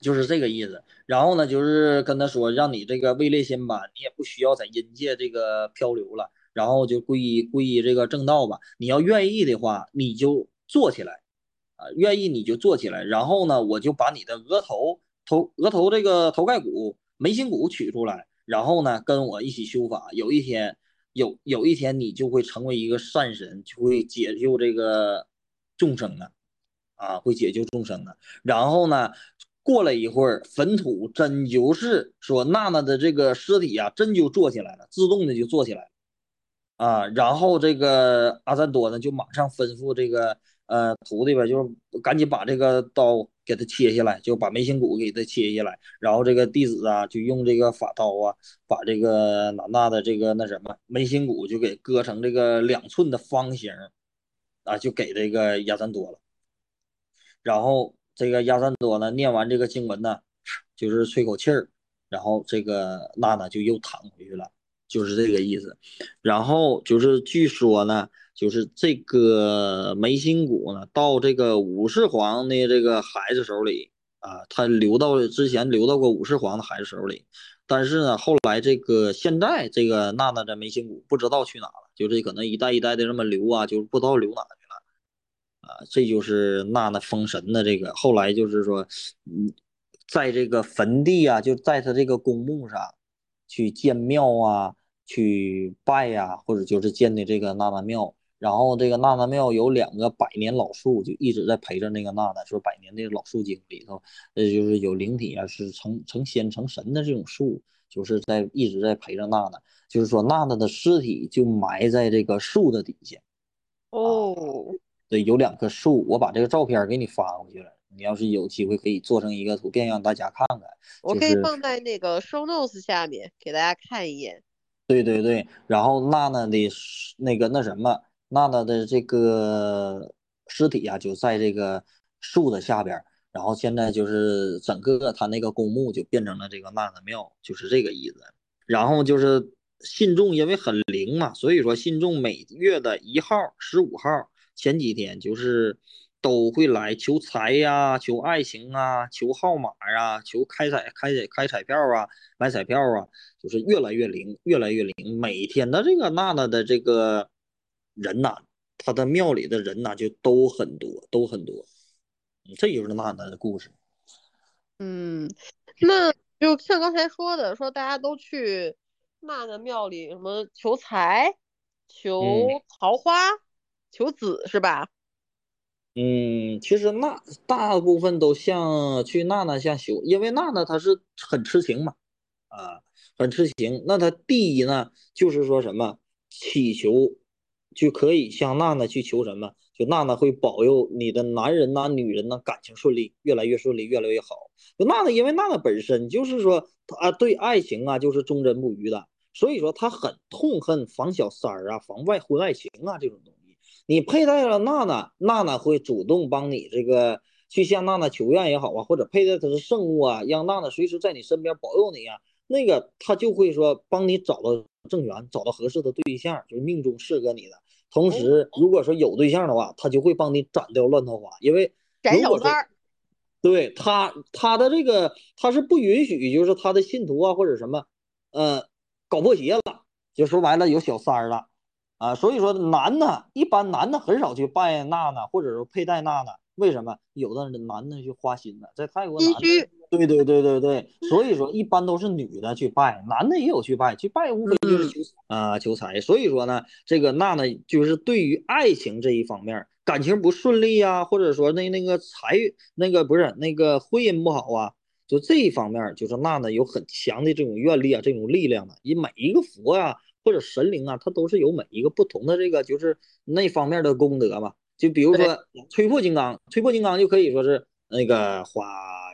E: 就是这个意思。然后呢，就是跟他说，让你这个位列仙班，你也不需要在阴界这个漂流了，然后就皈依皈依这个正道吧。你要愿意的话，你就做起来啊，愿意你就做起来。然后呢，我就把你的额头头额头这个头盖骨、眉心骨取出来，然后呢，跟我一起修法。有一天，有有一天你就会成为一个善神，就会解救这个众生的，啊，会解救众生的。然后呢，过了一会儿，坟土真就是说娜娜的这个尸体啊，真就坐起来了，自动的就坐起来了，啊，然后这个阿赞多呢就马上吩咐这个呃徒弟吧，就是赶紧把这个刀给他切下来，就把眉心骨给他切下来，然后这个弟子啊就用这个法刀啊，把这个南大的这个那什么眉心骨就给割成这个两寸的方形儿，啊，就给这个亚三多了。然后这个亚三多呢，念完这个经文呢，就是吹口气儿，然后这个娜娜就又躺回去了，就是这个意思。然后就是据说呢，就是这个眉心骨呢，到这个武士皇的这个孩子手里啊，他流到之前流到过武士皇的孩子手里，但是呢，后来这个现在这个娜娜的眉心骨不知道去哪了，就这可能一代一代的这么流啊，就是不知道流哪去了。啊，这就是娜娜封神的这个，后来就是说，嗯，在这个坟地啊，就在他这个公墓上去建庙啊，去拜呀、或者就是建的这个娜娜庙。然后这个娜娜庙有两个百年老树，就一直在陪着那个娜娜，说百年的老树精里头，呃，就是有灵体啊，是成成仙成神的这种树，就是在一直在陪着娜娜。就是说娜娜的尸体就埋在这个树的底下。
F: 哦，
E: 对，有两棵树，我把这个照片儿给你发过去了。你要是有机会，可以做成一个图片让大家看看。
F: 我
E: 就
F: 可以
E: 是
F: 放在那个 show notes 下面给大家看一眼。
E: 对对对，然后娜娜的尸那个那什么，娜娜的这个尸体啊，就在这个树的下边儿。然后现在就是整个他那个公墓就变成了这个娜娜庙，就是这个意思。然后就是信众因为很灵嘛，所以说信众每月的一号、十五号前几天就是都会来求财呀、求爱情啊、求号码啊、求开彩、开彩、开彩票啊、买彩票啊，就是越来越灵，越来越灵。每天的这个娜娜的这个人呐、他的庙里的人呐、就都很多，都很多。嗯这就是娜娜的故事。
F: 嗯，那就像刚才说的，说大家都去娜娜庙里什么求财、求
E: 嗯
F: 桃花、求子是吧？
E: 嗯，其实娜大部分都像去娜娜像修，因为娜娜她是很痴情嘛，啊，很痴情。那她第一呢，就是说什么祈求，就可以向娜娜去求什么，就娜娜会保佑你的男人呐、女人呐、感情顺利，越来越顺利，越来越好。就娜娜，因为娜娜本身就是说啊，对爱情啊就是忠贞不渝的，所以说她很痛恨防小三儿啊、防外婚外情啊这种东西。你佩戴了娜娜，娜娜会主动帮你这个去向娜娜求愿也好啊，或者佩戴她的圣物啊，让娜娜随时在你身边保佑你啊。那个她就会说帮你找到正缘，找到合适的对象，就是命中适合你的。同时，如果说有对象的话，她就会帮你斩掉乱桃花，因为
F: 斩
E: 如
F: 小
E: 果说
F: 三儿，
E: 对他，他的这个他是不允许，就是他的信徒啊或者什么，呃，搞破鞋了，就说白了有小三儿了啊。所以说男的，一般男的很少去拜娜娜，或者说佩戴娜娜。为什么？有的男的就花心了，在泰国
F: 阴
E: 男的
F: 虚。
E: 对对对对对，所以说一般都是女的去拜，男的也有去拜，去拜无非就是求啊、求财。所以说呢，这个娜娜就是对于爱情这一方面儿，感情不顺利啊，或者说那那个财那个不是那个婚姻不好啊，就这一方面儿，就是娜娜有很强的这种愿力啊，这种力量的。以每一个佛啊或者神灵啊，它都是有每一个不同的这个就是那方面的功德嘛。就比如说吹破金刚，吹破金刚就可以说是那个化，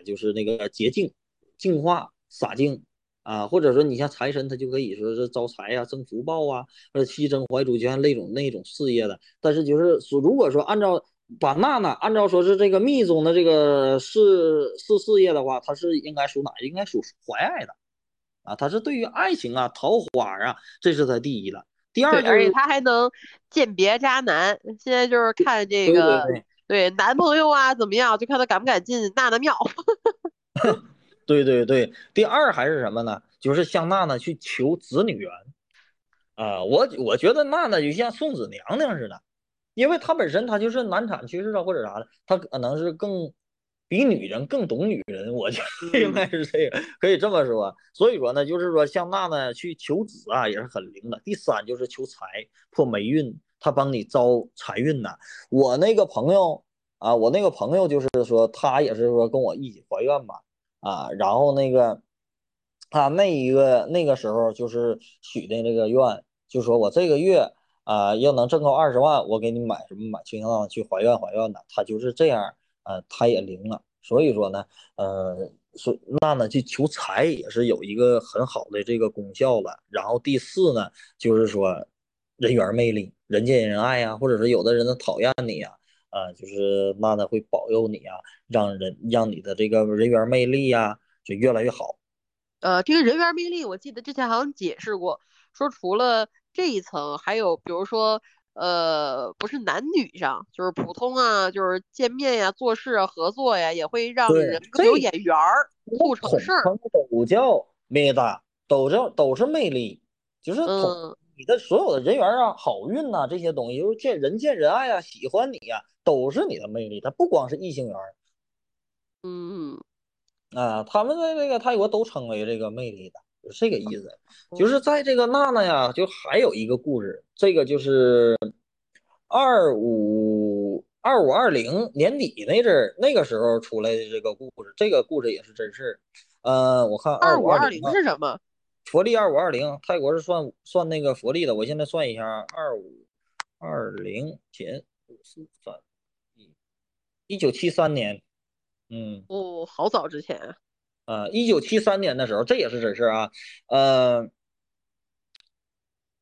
E: 就是那个洁净、净化、洒净啊，或者说你像财神，他就可以说是招财啊、增福报啊，或者西征怀祖，就像那种那种事业的。但是就是说，如果说按照把娜娜按照说是这个密宗的这个事事事业的话，它是应该属哪？应该属怀爱的啊，它是对于爱情啊、桃花啊，这是它第一了。第二
F: 对，
E: 就
F: 而且
E: 是
F: 他还能鉴别渣男。现在就是看这
E: 对对
F: 个
E: 对
F: 对男朋友啊怎么样，就看他敢不敢进娜娜庙。
E: 对对对，第二还是什么呢？就是向娜娜去求子女缘啊、我我觉得娜娜就像送子娘娘似的，因为她本身她就是难产去世啊或者啥的，她可能是更比女人更懂女人，我觉得应该是这个，可以这么说。所以说呢，就是说像娜娜去求子啊，也是很灵的。第三就是求财破霉运，她帮你招财运呐、我那个朋友啊，我那个朋友就是说，他也是说跟我一起怀孕吧，啊，然后那个他那一个那个时候就是许的那个愿，就说我这个月。啊、要能挣够二十万，我给你买什么买清香皂去还愿还愿的，他就是这样，呃，他也灵了。所以说呢，呃，所以那呢去求财也是有一个很好的这个功效了。然后第四呢，就是说人缘魅力，人见人爱呀、或者是有的人呢讨厌你呀、啊，就是那呢会保佑你啊，让人让你的这个人缘魅力呀、就越来越好。
F: 呃，这个人缘魅力，我记得之前好像解释过，说除了这一层，还有比如说，呃，不是男女上，就是普通啊，就是见面呀、做事啊、合作呀，也会让
E: 对
F: 人更有
E: 这
F: 眼缘儿，促成
E: 统
F: 事儿。
E: 称都叫魅大，都叫都是魅力，就是统
F: 嗯，
E: 你的所有的人缘啊、好运呐、这些东西，就是见人见人爱啊、喜欢你呀、都是你的魅力。它不光是异性缘儿
F: 嗯嗯，
E: 啊，他们在这个泰国都称为这个魅力的，就是这个意思。
F: 哦
E: 就是在这个娜娜呀，就还有一个故事，这个就是二五二五二零年底那阵儿，那个时候出来的这个故事，这个故事也是真事儿。呃，我看
F: 二
E: 五
F: 五二
E: 零啊
F: 零是什么？
E: 佛历二五二零，泰国是算算那个佛历的，我现在算一下，啊二五二零减五四三一，一九七三年，嗯
F: 哦，好早之前啊。
E: 呃，一九七三年的时候，这也是真事儿啊，呃，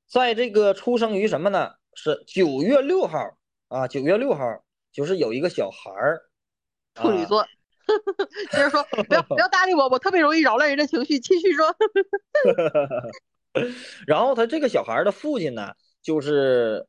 E: 在这个出生于什么呢？是九月六号啊，九月六号就是有一个小孩儿，
F: 处女
E: 啊
F: 座。 接着说，不要不要搭理我，我特别容易扰乱人的情绪。继续说，
E: 然后他这个小孩儿的父亲呢，就是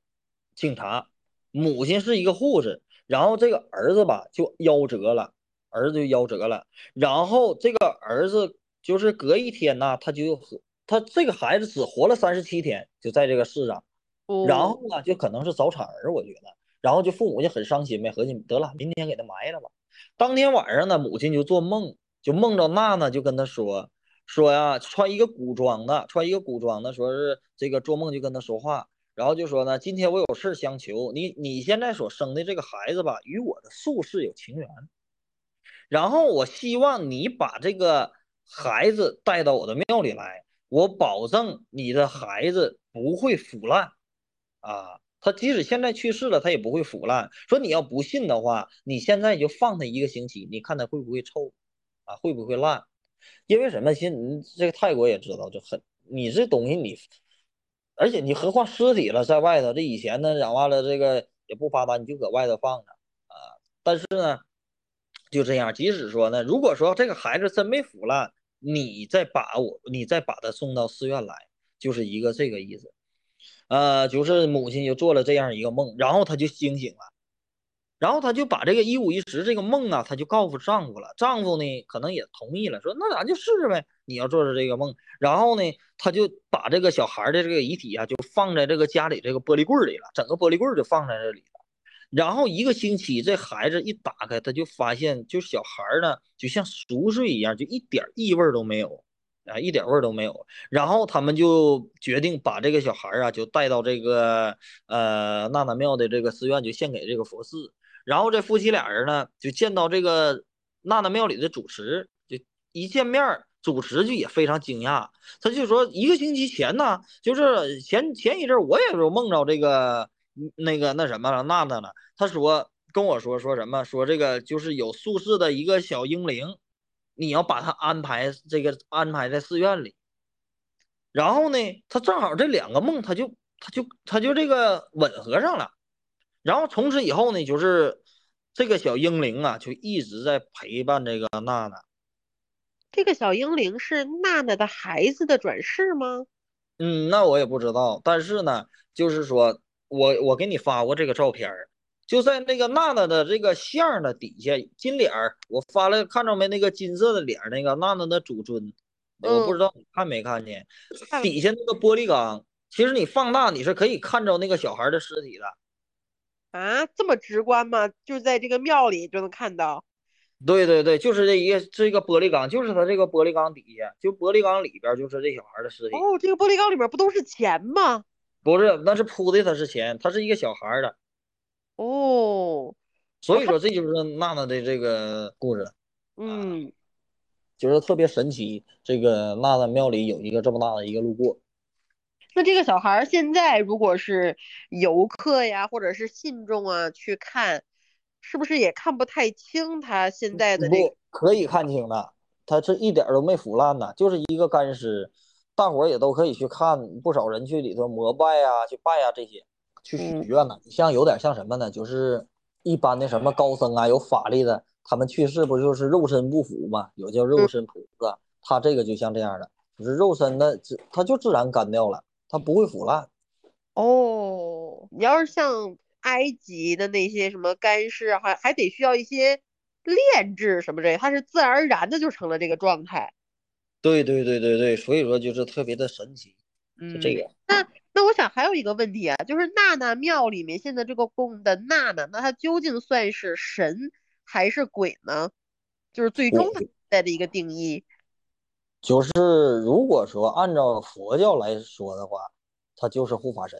E: 警察，母亲是一个护士，然后这个儿子吧就夭折了，儿子就夭折了。然后这个儿子就是隔一天呐，他就和他这个孩子只活了三十七天，就在这个世上。
F: 哦
E: 然后呢，就可能是早产儿，我觉得。然后就父母就很伤心呗，合计得了，明天给他埋了吧。当天晚上呢，母亲就做梦，就梦着娜娜就跟她说说呀，穿一个古装的，穿一个古装的，说是这个做梦就跟她说话，然后就说呢，今天我有事儿相求，你你现在所生的这个孩子吧，与我的宿世有情缘，然后我希望你把这个孩子带到我的庙里来，我保证你的孩子不会腐烂，啊，他即使现在去世了，他也不会腐烂。说你要不信的话，你现在就放他一个星期，你看他会不会臭，啊，会不会烂？因为什么？现嗯这个泰国也知道，就很你这东西你，而且你何况尸体了，在外头这以前呢，讲完了这个也不发达，你就搁外头放着啊。但是呢，就这样，即使说呢，如果说这个孩子真没腐烂，你再把我，你再把他送到寺院来，就是一个这个意思。呃，就是母亲就做了这样一个梦，然后她就惊醒了，然后她就把这个一五一十这个梦啊，她就告诉丈夫了，丈夫呢可能也同意了，说那咱就试试呗，你要做的这个梦，然后呢，她就把这个小孩儿的这个遗体啊，就放在这个家里这个玻璃柜儿里了，整个玻璃柜儿就放在这里了，然后一个星期，这孩子一打开，他就发现，就小孩儿呢，就像熟睡一样，就一点儿异味儿都没有。啊，一点味儿都没有，然后他们就决定把这个小孩儿啊，就带到这个呃娜娜庙的这个寺院，就献给这个佛寺。然后这夫妻俩人呢，就见到这个娜娜庙里的主持，就一见面儿，主持就也非常惊讶，他就说一个星期前呢，就是前前一阵儿我也有梦着这个嗯那个那什么了娜娜了，他说跟我说说什么，说这个就是有宿世的一个小英灵。你要把他安排这个安排在寺院里，然后呢，他正好这两个梦，他就他就他就这个吻合上了。然后从此以后呢，就是这个小英灵啊，就一直在陪伴这个娜娜。
F: 这个小英灵是娜娜的孩子的转世吗？
E: 嗯，那我也不知道，但是呢，就是说我我给你发过这个照片儿，就在那个娜娜的这个像儿的底下，金脸儿，我发了，看着没？那个金色的脸儿，那个娜娜的主尊，我不知道你看没看见，
F: 嗯看了
E: 底下那个玻璃缸，其实你放大你是可以看着那个小孩儿的尸体的。
F: 啊，这么直观吗？就在这个庙里就能看到。
E: 对对对，就是这一个这个玻璃缸，就是他这个玻璃缸底下，就玻璃缸里边儿就是这小孩儿的尸体，
F: 哦，这个玻璃缸里面不都是钱吗？
E: 不是，那是铺的，他是钱，他是一个小孩儿的，啊
F: 哦，
E: 所以说这就是娜娜的这个故事，
F: 嗯，
E: 就是特别神奇。这个娜娜庙里有一个这么大的一个路过，
F: 那这个小孩儿现在如果是游客呀，或者是信众啊去看，是不是也看不太清他现在的这个？
E: 嗯不可以看清的，他这一点儿都没腐烂呐，就是一个干尸，大伙儿也都可以去看，不少人去里头膜拜啊，去拜啊这些，去许
F: 嗯
E: 愿呐。像有点像什么呢？就是一般的什么高僧啊，有法力的，他们去世不就是肉身不腐嘛？有叫肉身菩萨，他这个就像这样的，就是肉身的，自它就自然干掉了，它不会腐烂。
F: 哦，你要是像埃及的那些什么干尸啊，还还得需要一些炼制什么这，它是自然而然的就成了这个状态。
E: 对对对对对，所以说就是特别的神奇，就这
F: 嗯
E: 个。
F: 那我想还有一个问题啊，就是娜娜庙里面现在这个供的娜娜，那她究竟算是神还是鬼呢？就是最终
E: 鬼
F: 它现在的一个定义。
E: 就是如果说按照佛教来说的话，它就是护法神，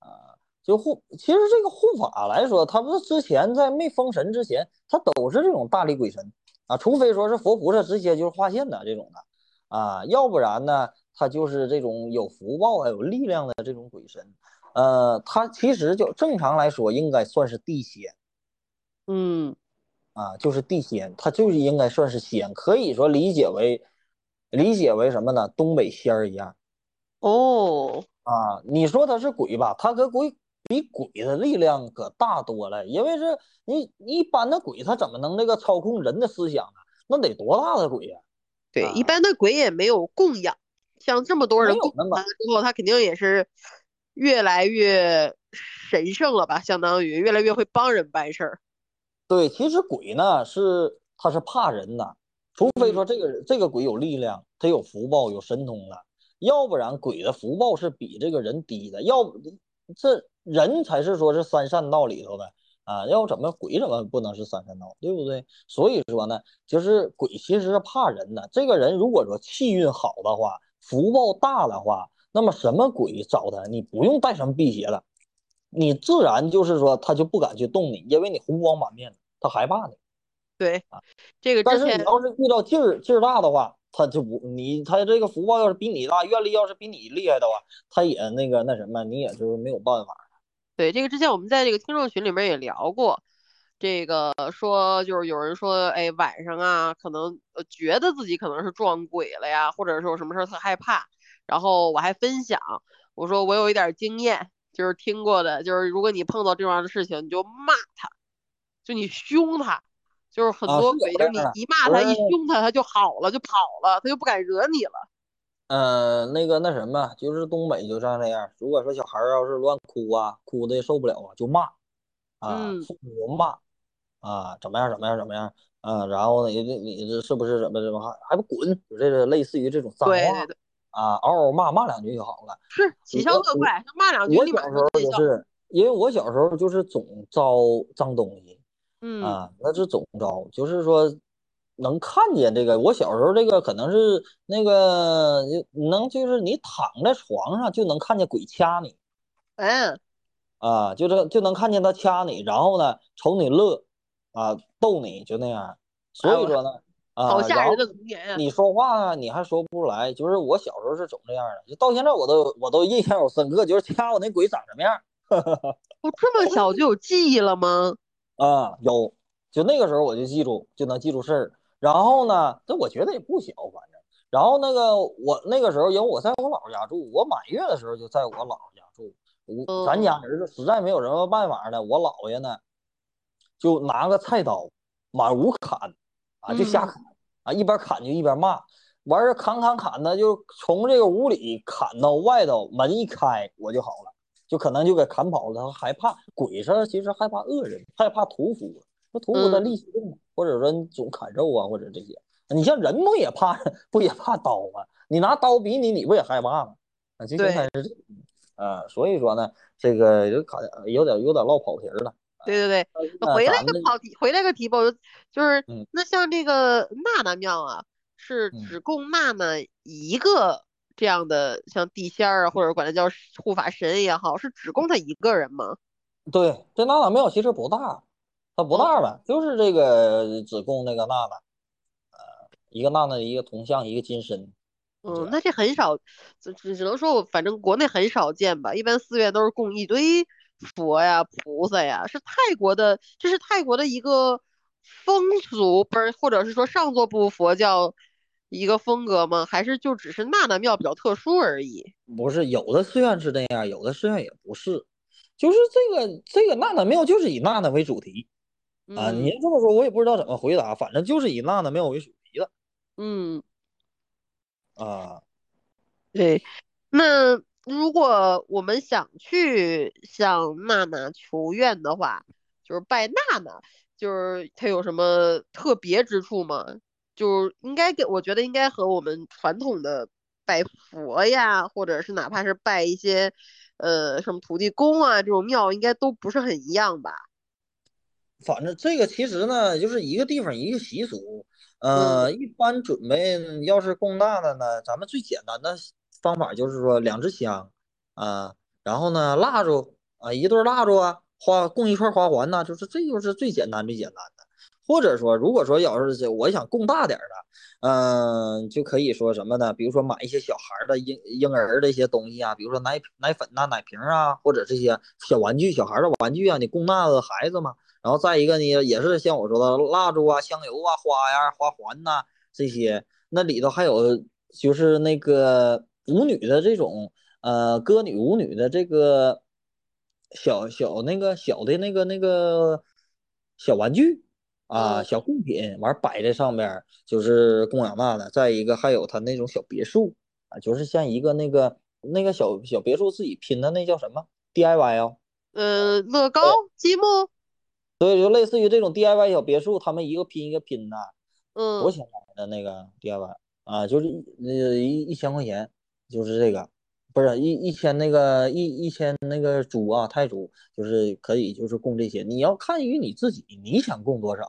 E: 啊，就护。其实这个护法来说，他们之前在没封神之前，他都是这种大力鬼神啊，除非说是佛菩萨直接就是化现的这种的啊，要不然呢，他就是这种有福报啊、有力量的这种鬼神。呃，他其实就正常来说应该算是地仙。
F: 嗯，
E: 啊，就是地仙，它就是应该算是仙，可以说理解为理解为什么呢？东北仙儿一样
F: 哦，
E: 啊。你说它是鬼吧，它可鬼比鬼的力量可大多了，因为是你一般的鬼，它怎么能那个操控人的思想啊？那得多大的鬼呀、
F: 对，一
E: 啊
F: 般的鬼也没有供养，像这么多人
E: 没有
F: 供
E: 那
F: 养
E: 么
F: 完了之后，他肯定也是越来越神圣了吧，相当于越来越会帮人办事儿。
E: 对，其实鬼呢是它是怕人的，除非说这个人这个鬼有力量，他有福报有神通了，要不然鬼的福报是比这个人低的，要不这人才是说是三善道里头的啊，要怎么鬼怎么不能是三善道，对不对？所以说呢，就是鬼其实是怕人的，这个人如果说气运好的话，福报大的话，那么什么鬼找他，你不用带什么辟邪了。你自然就是说，他就不敢去动你，因为你红光满面，他害怕你。
F: 对，这个
E: 啊但
F: 之
E: 是你
F: 前
E: 要是遇到劲儿劲儿大的话，他就不你他这个福报要是比你大，愿力要是比你厉害的话，他也那个那什么，你也就是没有办法。
F: 对，这个之前我们在这个听众群里面也聊过，这个说就是有人说，哎，晚上啊，可能呃觉得自己可能是撞鬼了呀，或者是有什么事儿特害怕，然后我还分享，我说我有一点儿经验，就是听过的，就是如果你碰到这样的事情，你就骂他，就你凶他，就是很
E: 啊哎
F: 多
E: 是有
F: 鬼，就
E: 这
F: 是你
E: 样的
F: 一骂
E: 我
F: 他，
E: 是
F: 一凶他，他就好了，就跑了，他就不敢惹你了。
E: 呃，那个那什么，就是东北就像那样，如果说小孩儿要是乱哭啊，哭的受不了啊，就骂啊
F: 嗯，
E: 父母就骂啊，怎么样怎么样怎么样啊，然后呢，你这你这是不是怎么怎么还还不滚，就这个类似于这种脏
F: 对
E: 话。
F: 对对，
E: 啊，嗷嗷骂骂两句就好了。
F: 是起笑
E: 我
F: 特
E: 我
F: 快，就骂两句
E: 我
F: 立
E: 小
F: 马
E: 时
F: 就
E: 候
F: 见
E: 就
F: 效。
E: 是，因为我小时候就是总招脏东西
F: 嗯
E: 啊，那是总招，就是说能看见这个。我小时候这个可能是那个能就是你躺在床上就能看见鬼掐你
F: 嗯，
E: 啊，就这就能看见他掐你，然后呢瞅你乐啊逗你就那样。所
F: 哎
E: 以
F: 我
E: 说呢，
F: 好
E: 啊，
F: 吓
E: 然
F: 人
E: 后
F: 的童年呀！
E: 你说话啊，你还说不出来。就是我小时候是总这样的，就到现在我都我都印象有深刻，就是掐我那鬼长什么样
F: 我哦这 么小就有记忆了吗？
E: 啊，有。就那个时候我就记住，就能记住事儿。然后呢，这我觉得也不小，反正。然后那个我那个时候，因为我在我姥姥家住，我满月的时候就在我姥姥家住。我咱家人实在没有什么办法呢，我姥爷呢就拿个菜刀满屋砍啊，就瞎
F: 嗯
E: 砍啊，一边砍就一边骂。完事儿砍砍砍的，就从这个屋里砍到外头，门一开我就好了，就可能就给砍跑了。他害怕鬼是其实害怕恶人，害怕屠夫，那屠夫他
F: 嗯
E: 力气重，或者说你总砍肉啊，或者这些。你像人不也怕不也怕刀吗？你拿刀逼你，你不也害怕吗？啊，就现
F: 对
E: 在是这，啊，所以说呢，这个有点有点有点唠跑题儿了啊。
F: 对对对，
E: 那
F: 呃回来
E: 咱
F: 个
E: 们
F: 跑题，回来个题吧，我就就是
E: 嗯
F: 那像这个娜娜庙啊，是
E: 嗯
F: 只供娜娜一个这样的，像地仙儿啊，或者管它叫护法神也好，是只供她一个人吗？
E: 对，这娜娜庙其实不大，它不
F: 嗯
E: 大吧，就是这个只供那个娜娜，呃，一个娜娜，一个铜像，一个金身。
F: 嗯
E: 对，
F: 那这很少，只只只能说我反正国内很少见吧，一般寺院都是供一堆佛呀、菩萨呀，是泰国的，这是泰国的一个风俗，不是，或者是说上座部佛教一个风格吗？还是就只是娜娜庙比较特殊而已？
E: 不是，有的寺院是这样，有的寺院也不是，就是这个这个娜娜庙就是以娜娜为主题啊。
F: 嗯
E: 你要这么说，我也不知道怎么回答，反正就是以娜娜庙为主题的
F: 嗯，
E: 啊。
F: 对，那如果我们想去向娜娜求愿的话，就是拜娜娜，就是她有什么特别之处吗？就是应该给，我觉得应该和我们传统的拜佛呀，或者是哪怕是拜一些，呃，什么土地公啊这种庙，应该都不是很一样吧？
E: 反正这个其实呢，就是一个地方一个习俗。呃，一般准备要是供娜娜呢，咱们最简单的方法就是说两支香，啊，然后呢蜡烛啊，一对儿蜡烛啊，花供一串花环呐，就是这就是最简单最简单的。或者说，如果说要是这我想供大点儿的，嗯、就可以说什么呢？比如说买一些小孩儿的婴婴儿的一些东西啊，比如说奶奶粉呐、奶瓶儿啊，或者这些小玩具、小孩儿的玩具啊，你供那个孩子嘛。然后再一个呢，也是像我说的蜡烛啊、香油啊、花呀、花环呐、这些，那里头还有就是那个舞女的这种呃歌女舞女的这个小小那个小的那个那个小玩具啊、
F: 嗯
E: 小贡品，完摆在上边儿就是供养娜娜。再一个还有他那种小别墅啊，就是像一个那个那个小小别墅自己拼的那叫什么 DIY 哦。
F: 呃，乐高、积木，
E: 所以就类似于这种 DIY 小别墅，他们一个拼一个拼的，多
F: 嗯，
E: 少钱买的那个 DIY 啊？就是一呃一一千块钱，就是这个，不是一一千那个一一千那个猪啊泰铢，就是可以就是供这些。你要看于你自己，你想供多少，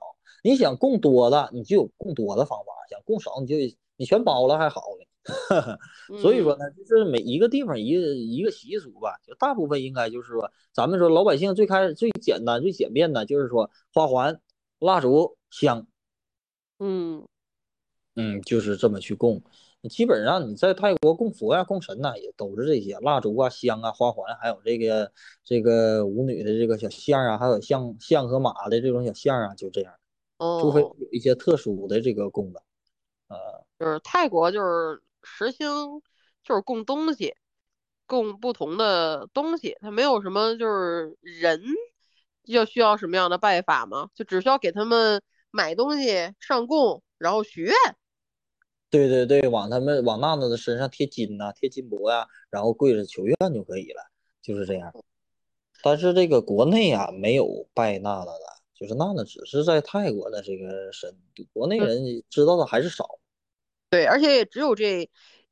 E: 你想供多了，你就有供多的方法；想供少，你就你全包了还好 呢。所以说
F: 嗯，
E: 呢，就是每一个地方一个一个习俗吧，就大部分应该就是说，咱们说老百姓最开始最简单最简便的，就是说花环、蜡烛、香，
F: 嗯，
E: 嗯，就是这么去供。基本上你在泰国供佛呀、供神呐、也都是这些蜡烛啊、香啊、花环，还有这个这个舞女的这个小象啊，还有象象和马的这种小象啊，就这样。除非
F: 哦，
E: 有一些特殊的这个供的，
F: 就是泰国就是实行就是供东西，供不同的东西，它没有什么就是人要需要什么样的拜法吗？就只需要给他们买东西上供，然后许愿。
E: 对对对，往他们往娜娜的身上贴金呐、贴金箔呀、然后跪着求愿就可以了，就是这样。但是这个国内啊，没有拜娜娜的，就是娜娜只是在泰国的这个神，国内
F: 嗯
E: 人知道的还是少。
F: 对，而且也只有这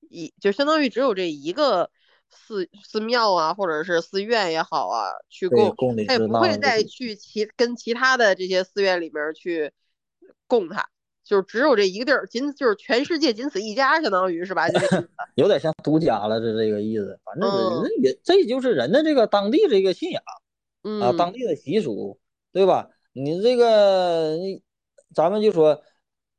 F: 一，就相当于只有这一个寺寺庙啊，或者是寺院也好啊，去
E: 对，
F: 供，
E: 供的
F: 他也
E: 是
F: 不
E: 娜
F: 会
E: 娜
F: 再
E: 的。
F: 去其跟其他的这些寺院里面儿去供它，就只有这一个地儿，仅就是全世界仅此一家，相当于是吧？就这意思
E: 有点像独家了，是这个意思。反正人
F: 嗯
E: 家也，这就是人的这个当地这个信仰。 啊，
F: 嗯，
E: 当地的习俗，对吧？你这个，你咱们就说，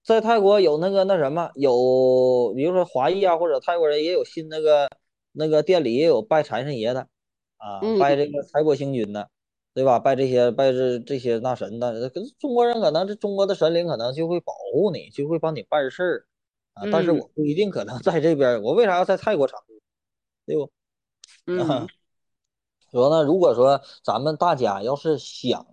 E: 在泰国有那个那什么，有比如说华裔啊，或者泰国人也有信那个那个店里也有拜财神爷的，啊，
F: 嗯
E: 拜这个财帛星君的，对吧？拜这些拜这这些那神的，可是中国人可能这中国的神灵可能就会保护你，就会帮你办事儿啊。但是
F: 嗯
E: 我不一定可能在这边儿，我为啥要在泰国常住，对不？啊
F: 嗯，
E: 说呢，如果说咱们大家要是想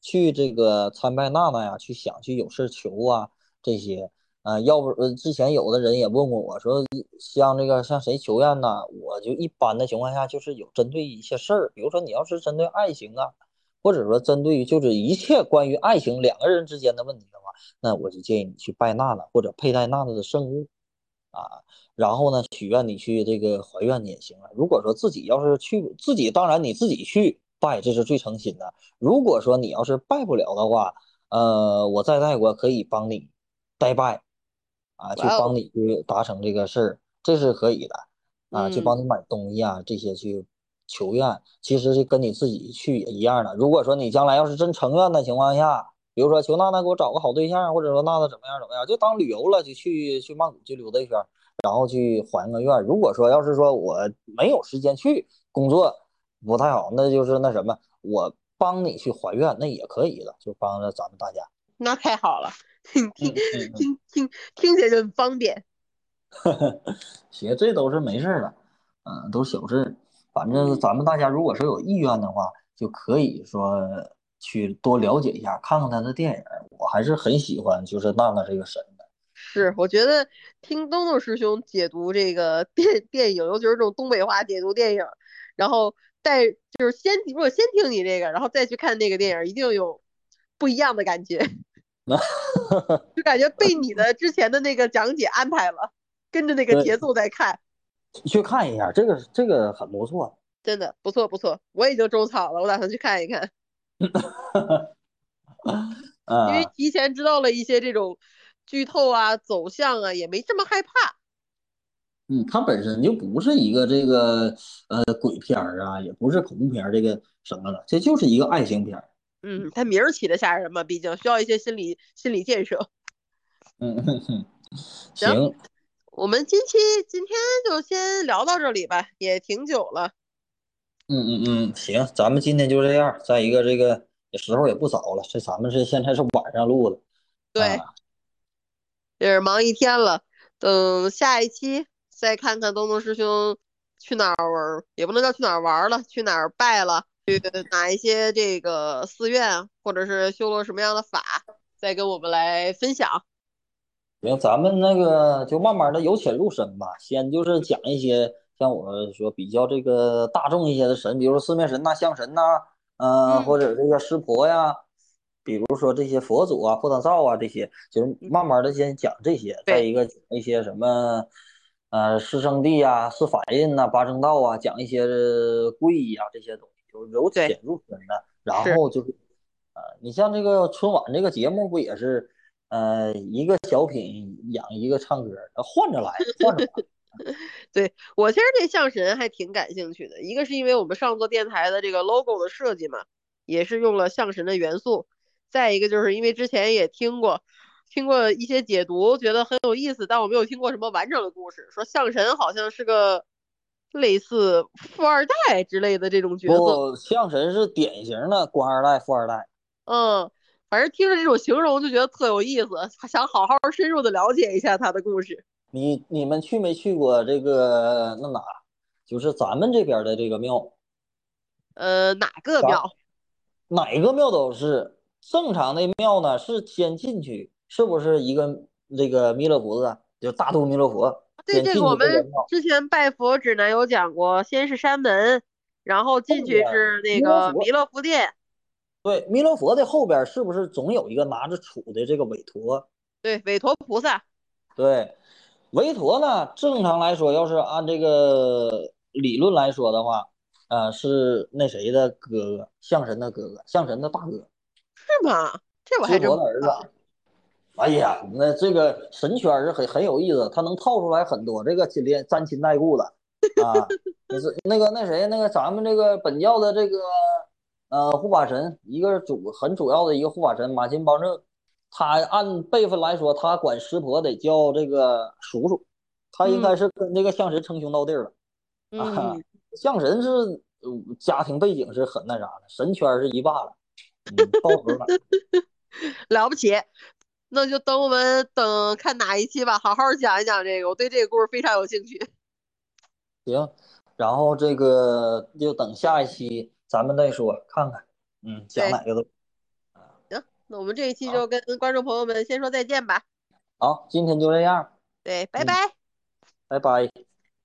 E: 去这个参拜娜娜呀，去想去有事求啊这些，啊，要不呃之前有的人也问过我说，像这个向谁求愿呐？我就一般的情况下就是有针对一些事儿，比如说你要是针对爱情啊，或者说针对于就是一切关于爱情两个人之间的问题的话，那我就建议你去拜娜娜或者佩戴娜娜的圣物啊，然后呢许愿你去这个还愿你也行啊。如果说自己要是去自己，当然你自己去拜，这是最诚心的。如果说你要是拜不了的话，呃，我在泰国可以帮你代拜，啊，去
F: 哇哦
E: 帮你去达成这个事儿，这是可以的。啊，去
F: 嗯
E: 帮你买东西啊，这些去求愿，其实是跟你自己去也一样的。如果说你将来要是真成愿的情况下，比如说求娜娜给我找个好对象，或者说娜娜怎么样怎么样，就当旅游了，就去去曼谷去溜达一圈儿，然后去还个愿。如果说要是说我没有时间去，工作不太好，那就是那什么，我帮你去还愿，那也可以的，就帮着咱们大家。
F: 那太好了，听听
E: 嗯嗯
F: 听听听起来就很方便。
E: 行，这都是没事儿的，嗯，都是小事儿。反正咱们大家如果说有意愿的话，就可以说去多了解一下，看看他的电影儿。我还是很喜欢，就是娜娜这个神的。
F: 是，我觉得听东东师兄解读这个 电电影，尤其是这种东北话解读电影，然后再就是先如果先听你这个，然后再去看那个电影，一定有不一样的感觉，就感觉被你的之前的那个讲解安排了，跟着那个
E: 嗯对
F: 节奏在看，
E: 去看一下，这个这个很不错。
F: 真的不错不错，我已经种草了，我打算去看一看，因为
E: 嗯，
F: 提前知道了一些这种剧透啊、走向啊，也没这么害怕。
E: 嗯，它本身就不是一个这个呃鬼片儿啊，也不是恐怖片儿这个什么的，这就是一个爱情片儿。
F: 嗯，他名儿起的吓人嘛，毕竟需要一些心理心理建设。
E: 嗯 哼哼，
F: 行
E: 行，
F: 我们今期今天就先聊到这里吧，也挺久了。
E: 嗯嗯嗯，行，咱们今天就这样。再一个，这个时候也不早了，这咱们是现在是晚上录的，
F: 对，
E: 啊，
F: 也是忙一天了，等下一期再看看东东师兄去哪儿玩儿，也不能叫去哪儿玩儿了，去哪儿拜了，去哪一些这个寺院，或者是修了什么样的法，再跟我们来分享。
E: 行，咱们那个就慢慢的由浅入深吧。先就是讲一些像我说比较这个大众一些的神，比如说四面神呐、象神呐、呃，
F: 嗯
E: 或者这个湿婆呀，比如说这些佛祖啊、破蛋灶啊这些，就是慢慢的先讲这些。再
F: 嗯对
E: 一个讲一些什么，呃，四圣地啊、四法印呐、八正道啊，讲一些呃皈依啊这些东西，就是由
F: 对
E: 浅入深的。然
F: 是
E: 后就是，呃，你像这个春晚这个节目不也是，呃，一个小品演一个唱歌，换着来，换着 来。
F: 我其实对象神还挺感兴趣的，一个是因为我们上座电台的这个 logo 的设计嘛，也是用了象神的元素；再一个就是因为之前也听过，听过一些解读，觉得很有意思，但我没有听过什么完整的故事，说象神好像是个类似富二代之类的这种角色，
E: 不，相神是典型的官二代、富二代。
F: 嗯，反正听着这种形容就觉得特有意思，想好好深入的了解一下他的故事。
E: 你你们去没去过这个那哪？就是咱们这边的这个庙，
F: 呃，哪个
E: 咱
F: 庙？
E: 哪个庙都是正常的庙呢，是先进去，是不是一个这个弥勒佛啊？就大肚弥勒佛，
F: 对
E: 先
F: 这
E: 进
F: 个，我
E: 去这个
F: 们
E: 庙，
F: 之前拜佛指南有讲过，先是山门，然后进
E: 后
F: 去
E: 面
F: 是那
E: 弥勒
F: 个
E: 佛
F: 弥勒佛殿，
E: 对，弥勒佛的后边是不是总有一个拿着杵的这个韦陀？
F: 对，韦陀菩萨，
E: 对，韦陀呢，正常来说，要是按这个理论来说的话，呃，是那谁的哥哥，象神的哥哥，象神的大哥，
F: 是吗？这 我还
E: 淄
F: 真
E: 博的
F: 不
E: 儿
F: 知
E: 子
F: 道。。
E: 哎呀，那这个神圈是很很有意思，他能套出来很多这个亲连沾亲带故的 啊。就是那个那谁，那个咱们这个本教的这个呃护法神，一个主很主要的一个护法神马钦邦正，他按辈分来说，他管湿婆得叫这个叔叔，他应该是跟这个象神称兄道弟了。啊
F: 嗯，
E: 象神是呃家庭背景是很那啥的，神圈是一霸了，嗯，到头了。
F: 了不起。那就等我们等看哪一期吧，好好讲一讲这个，我对这个故事非常有兴趣。
E: 行，然后这个就等下一期咱们再说，看看，嗯，讲
F: 对
E: 哪个都
F: 那我们这一期
E: 好
F: 就跟观众朋友们先说再见吧，
E: 好，今天就这样，
F: 对，拜
E: 嗯
F: 拜。
E: 拜拜。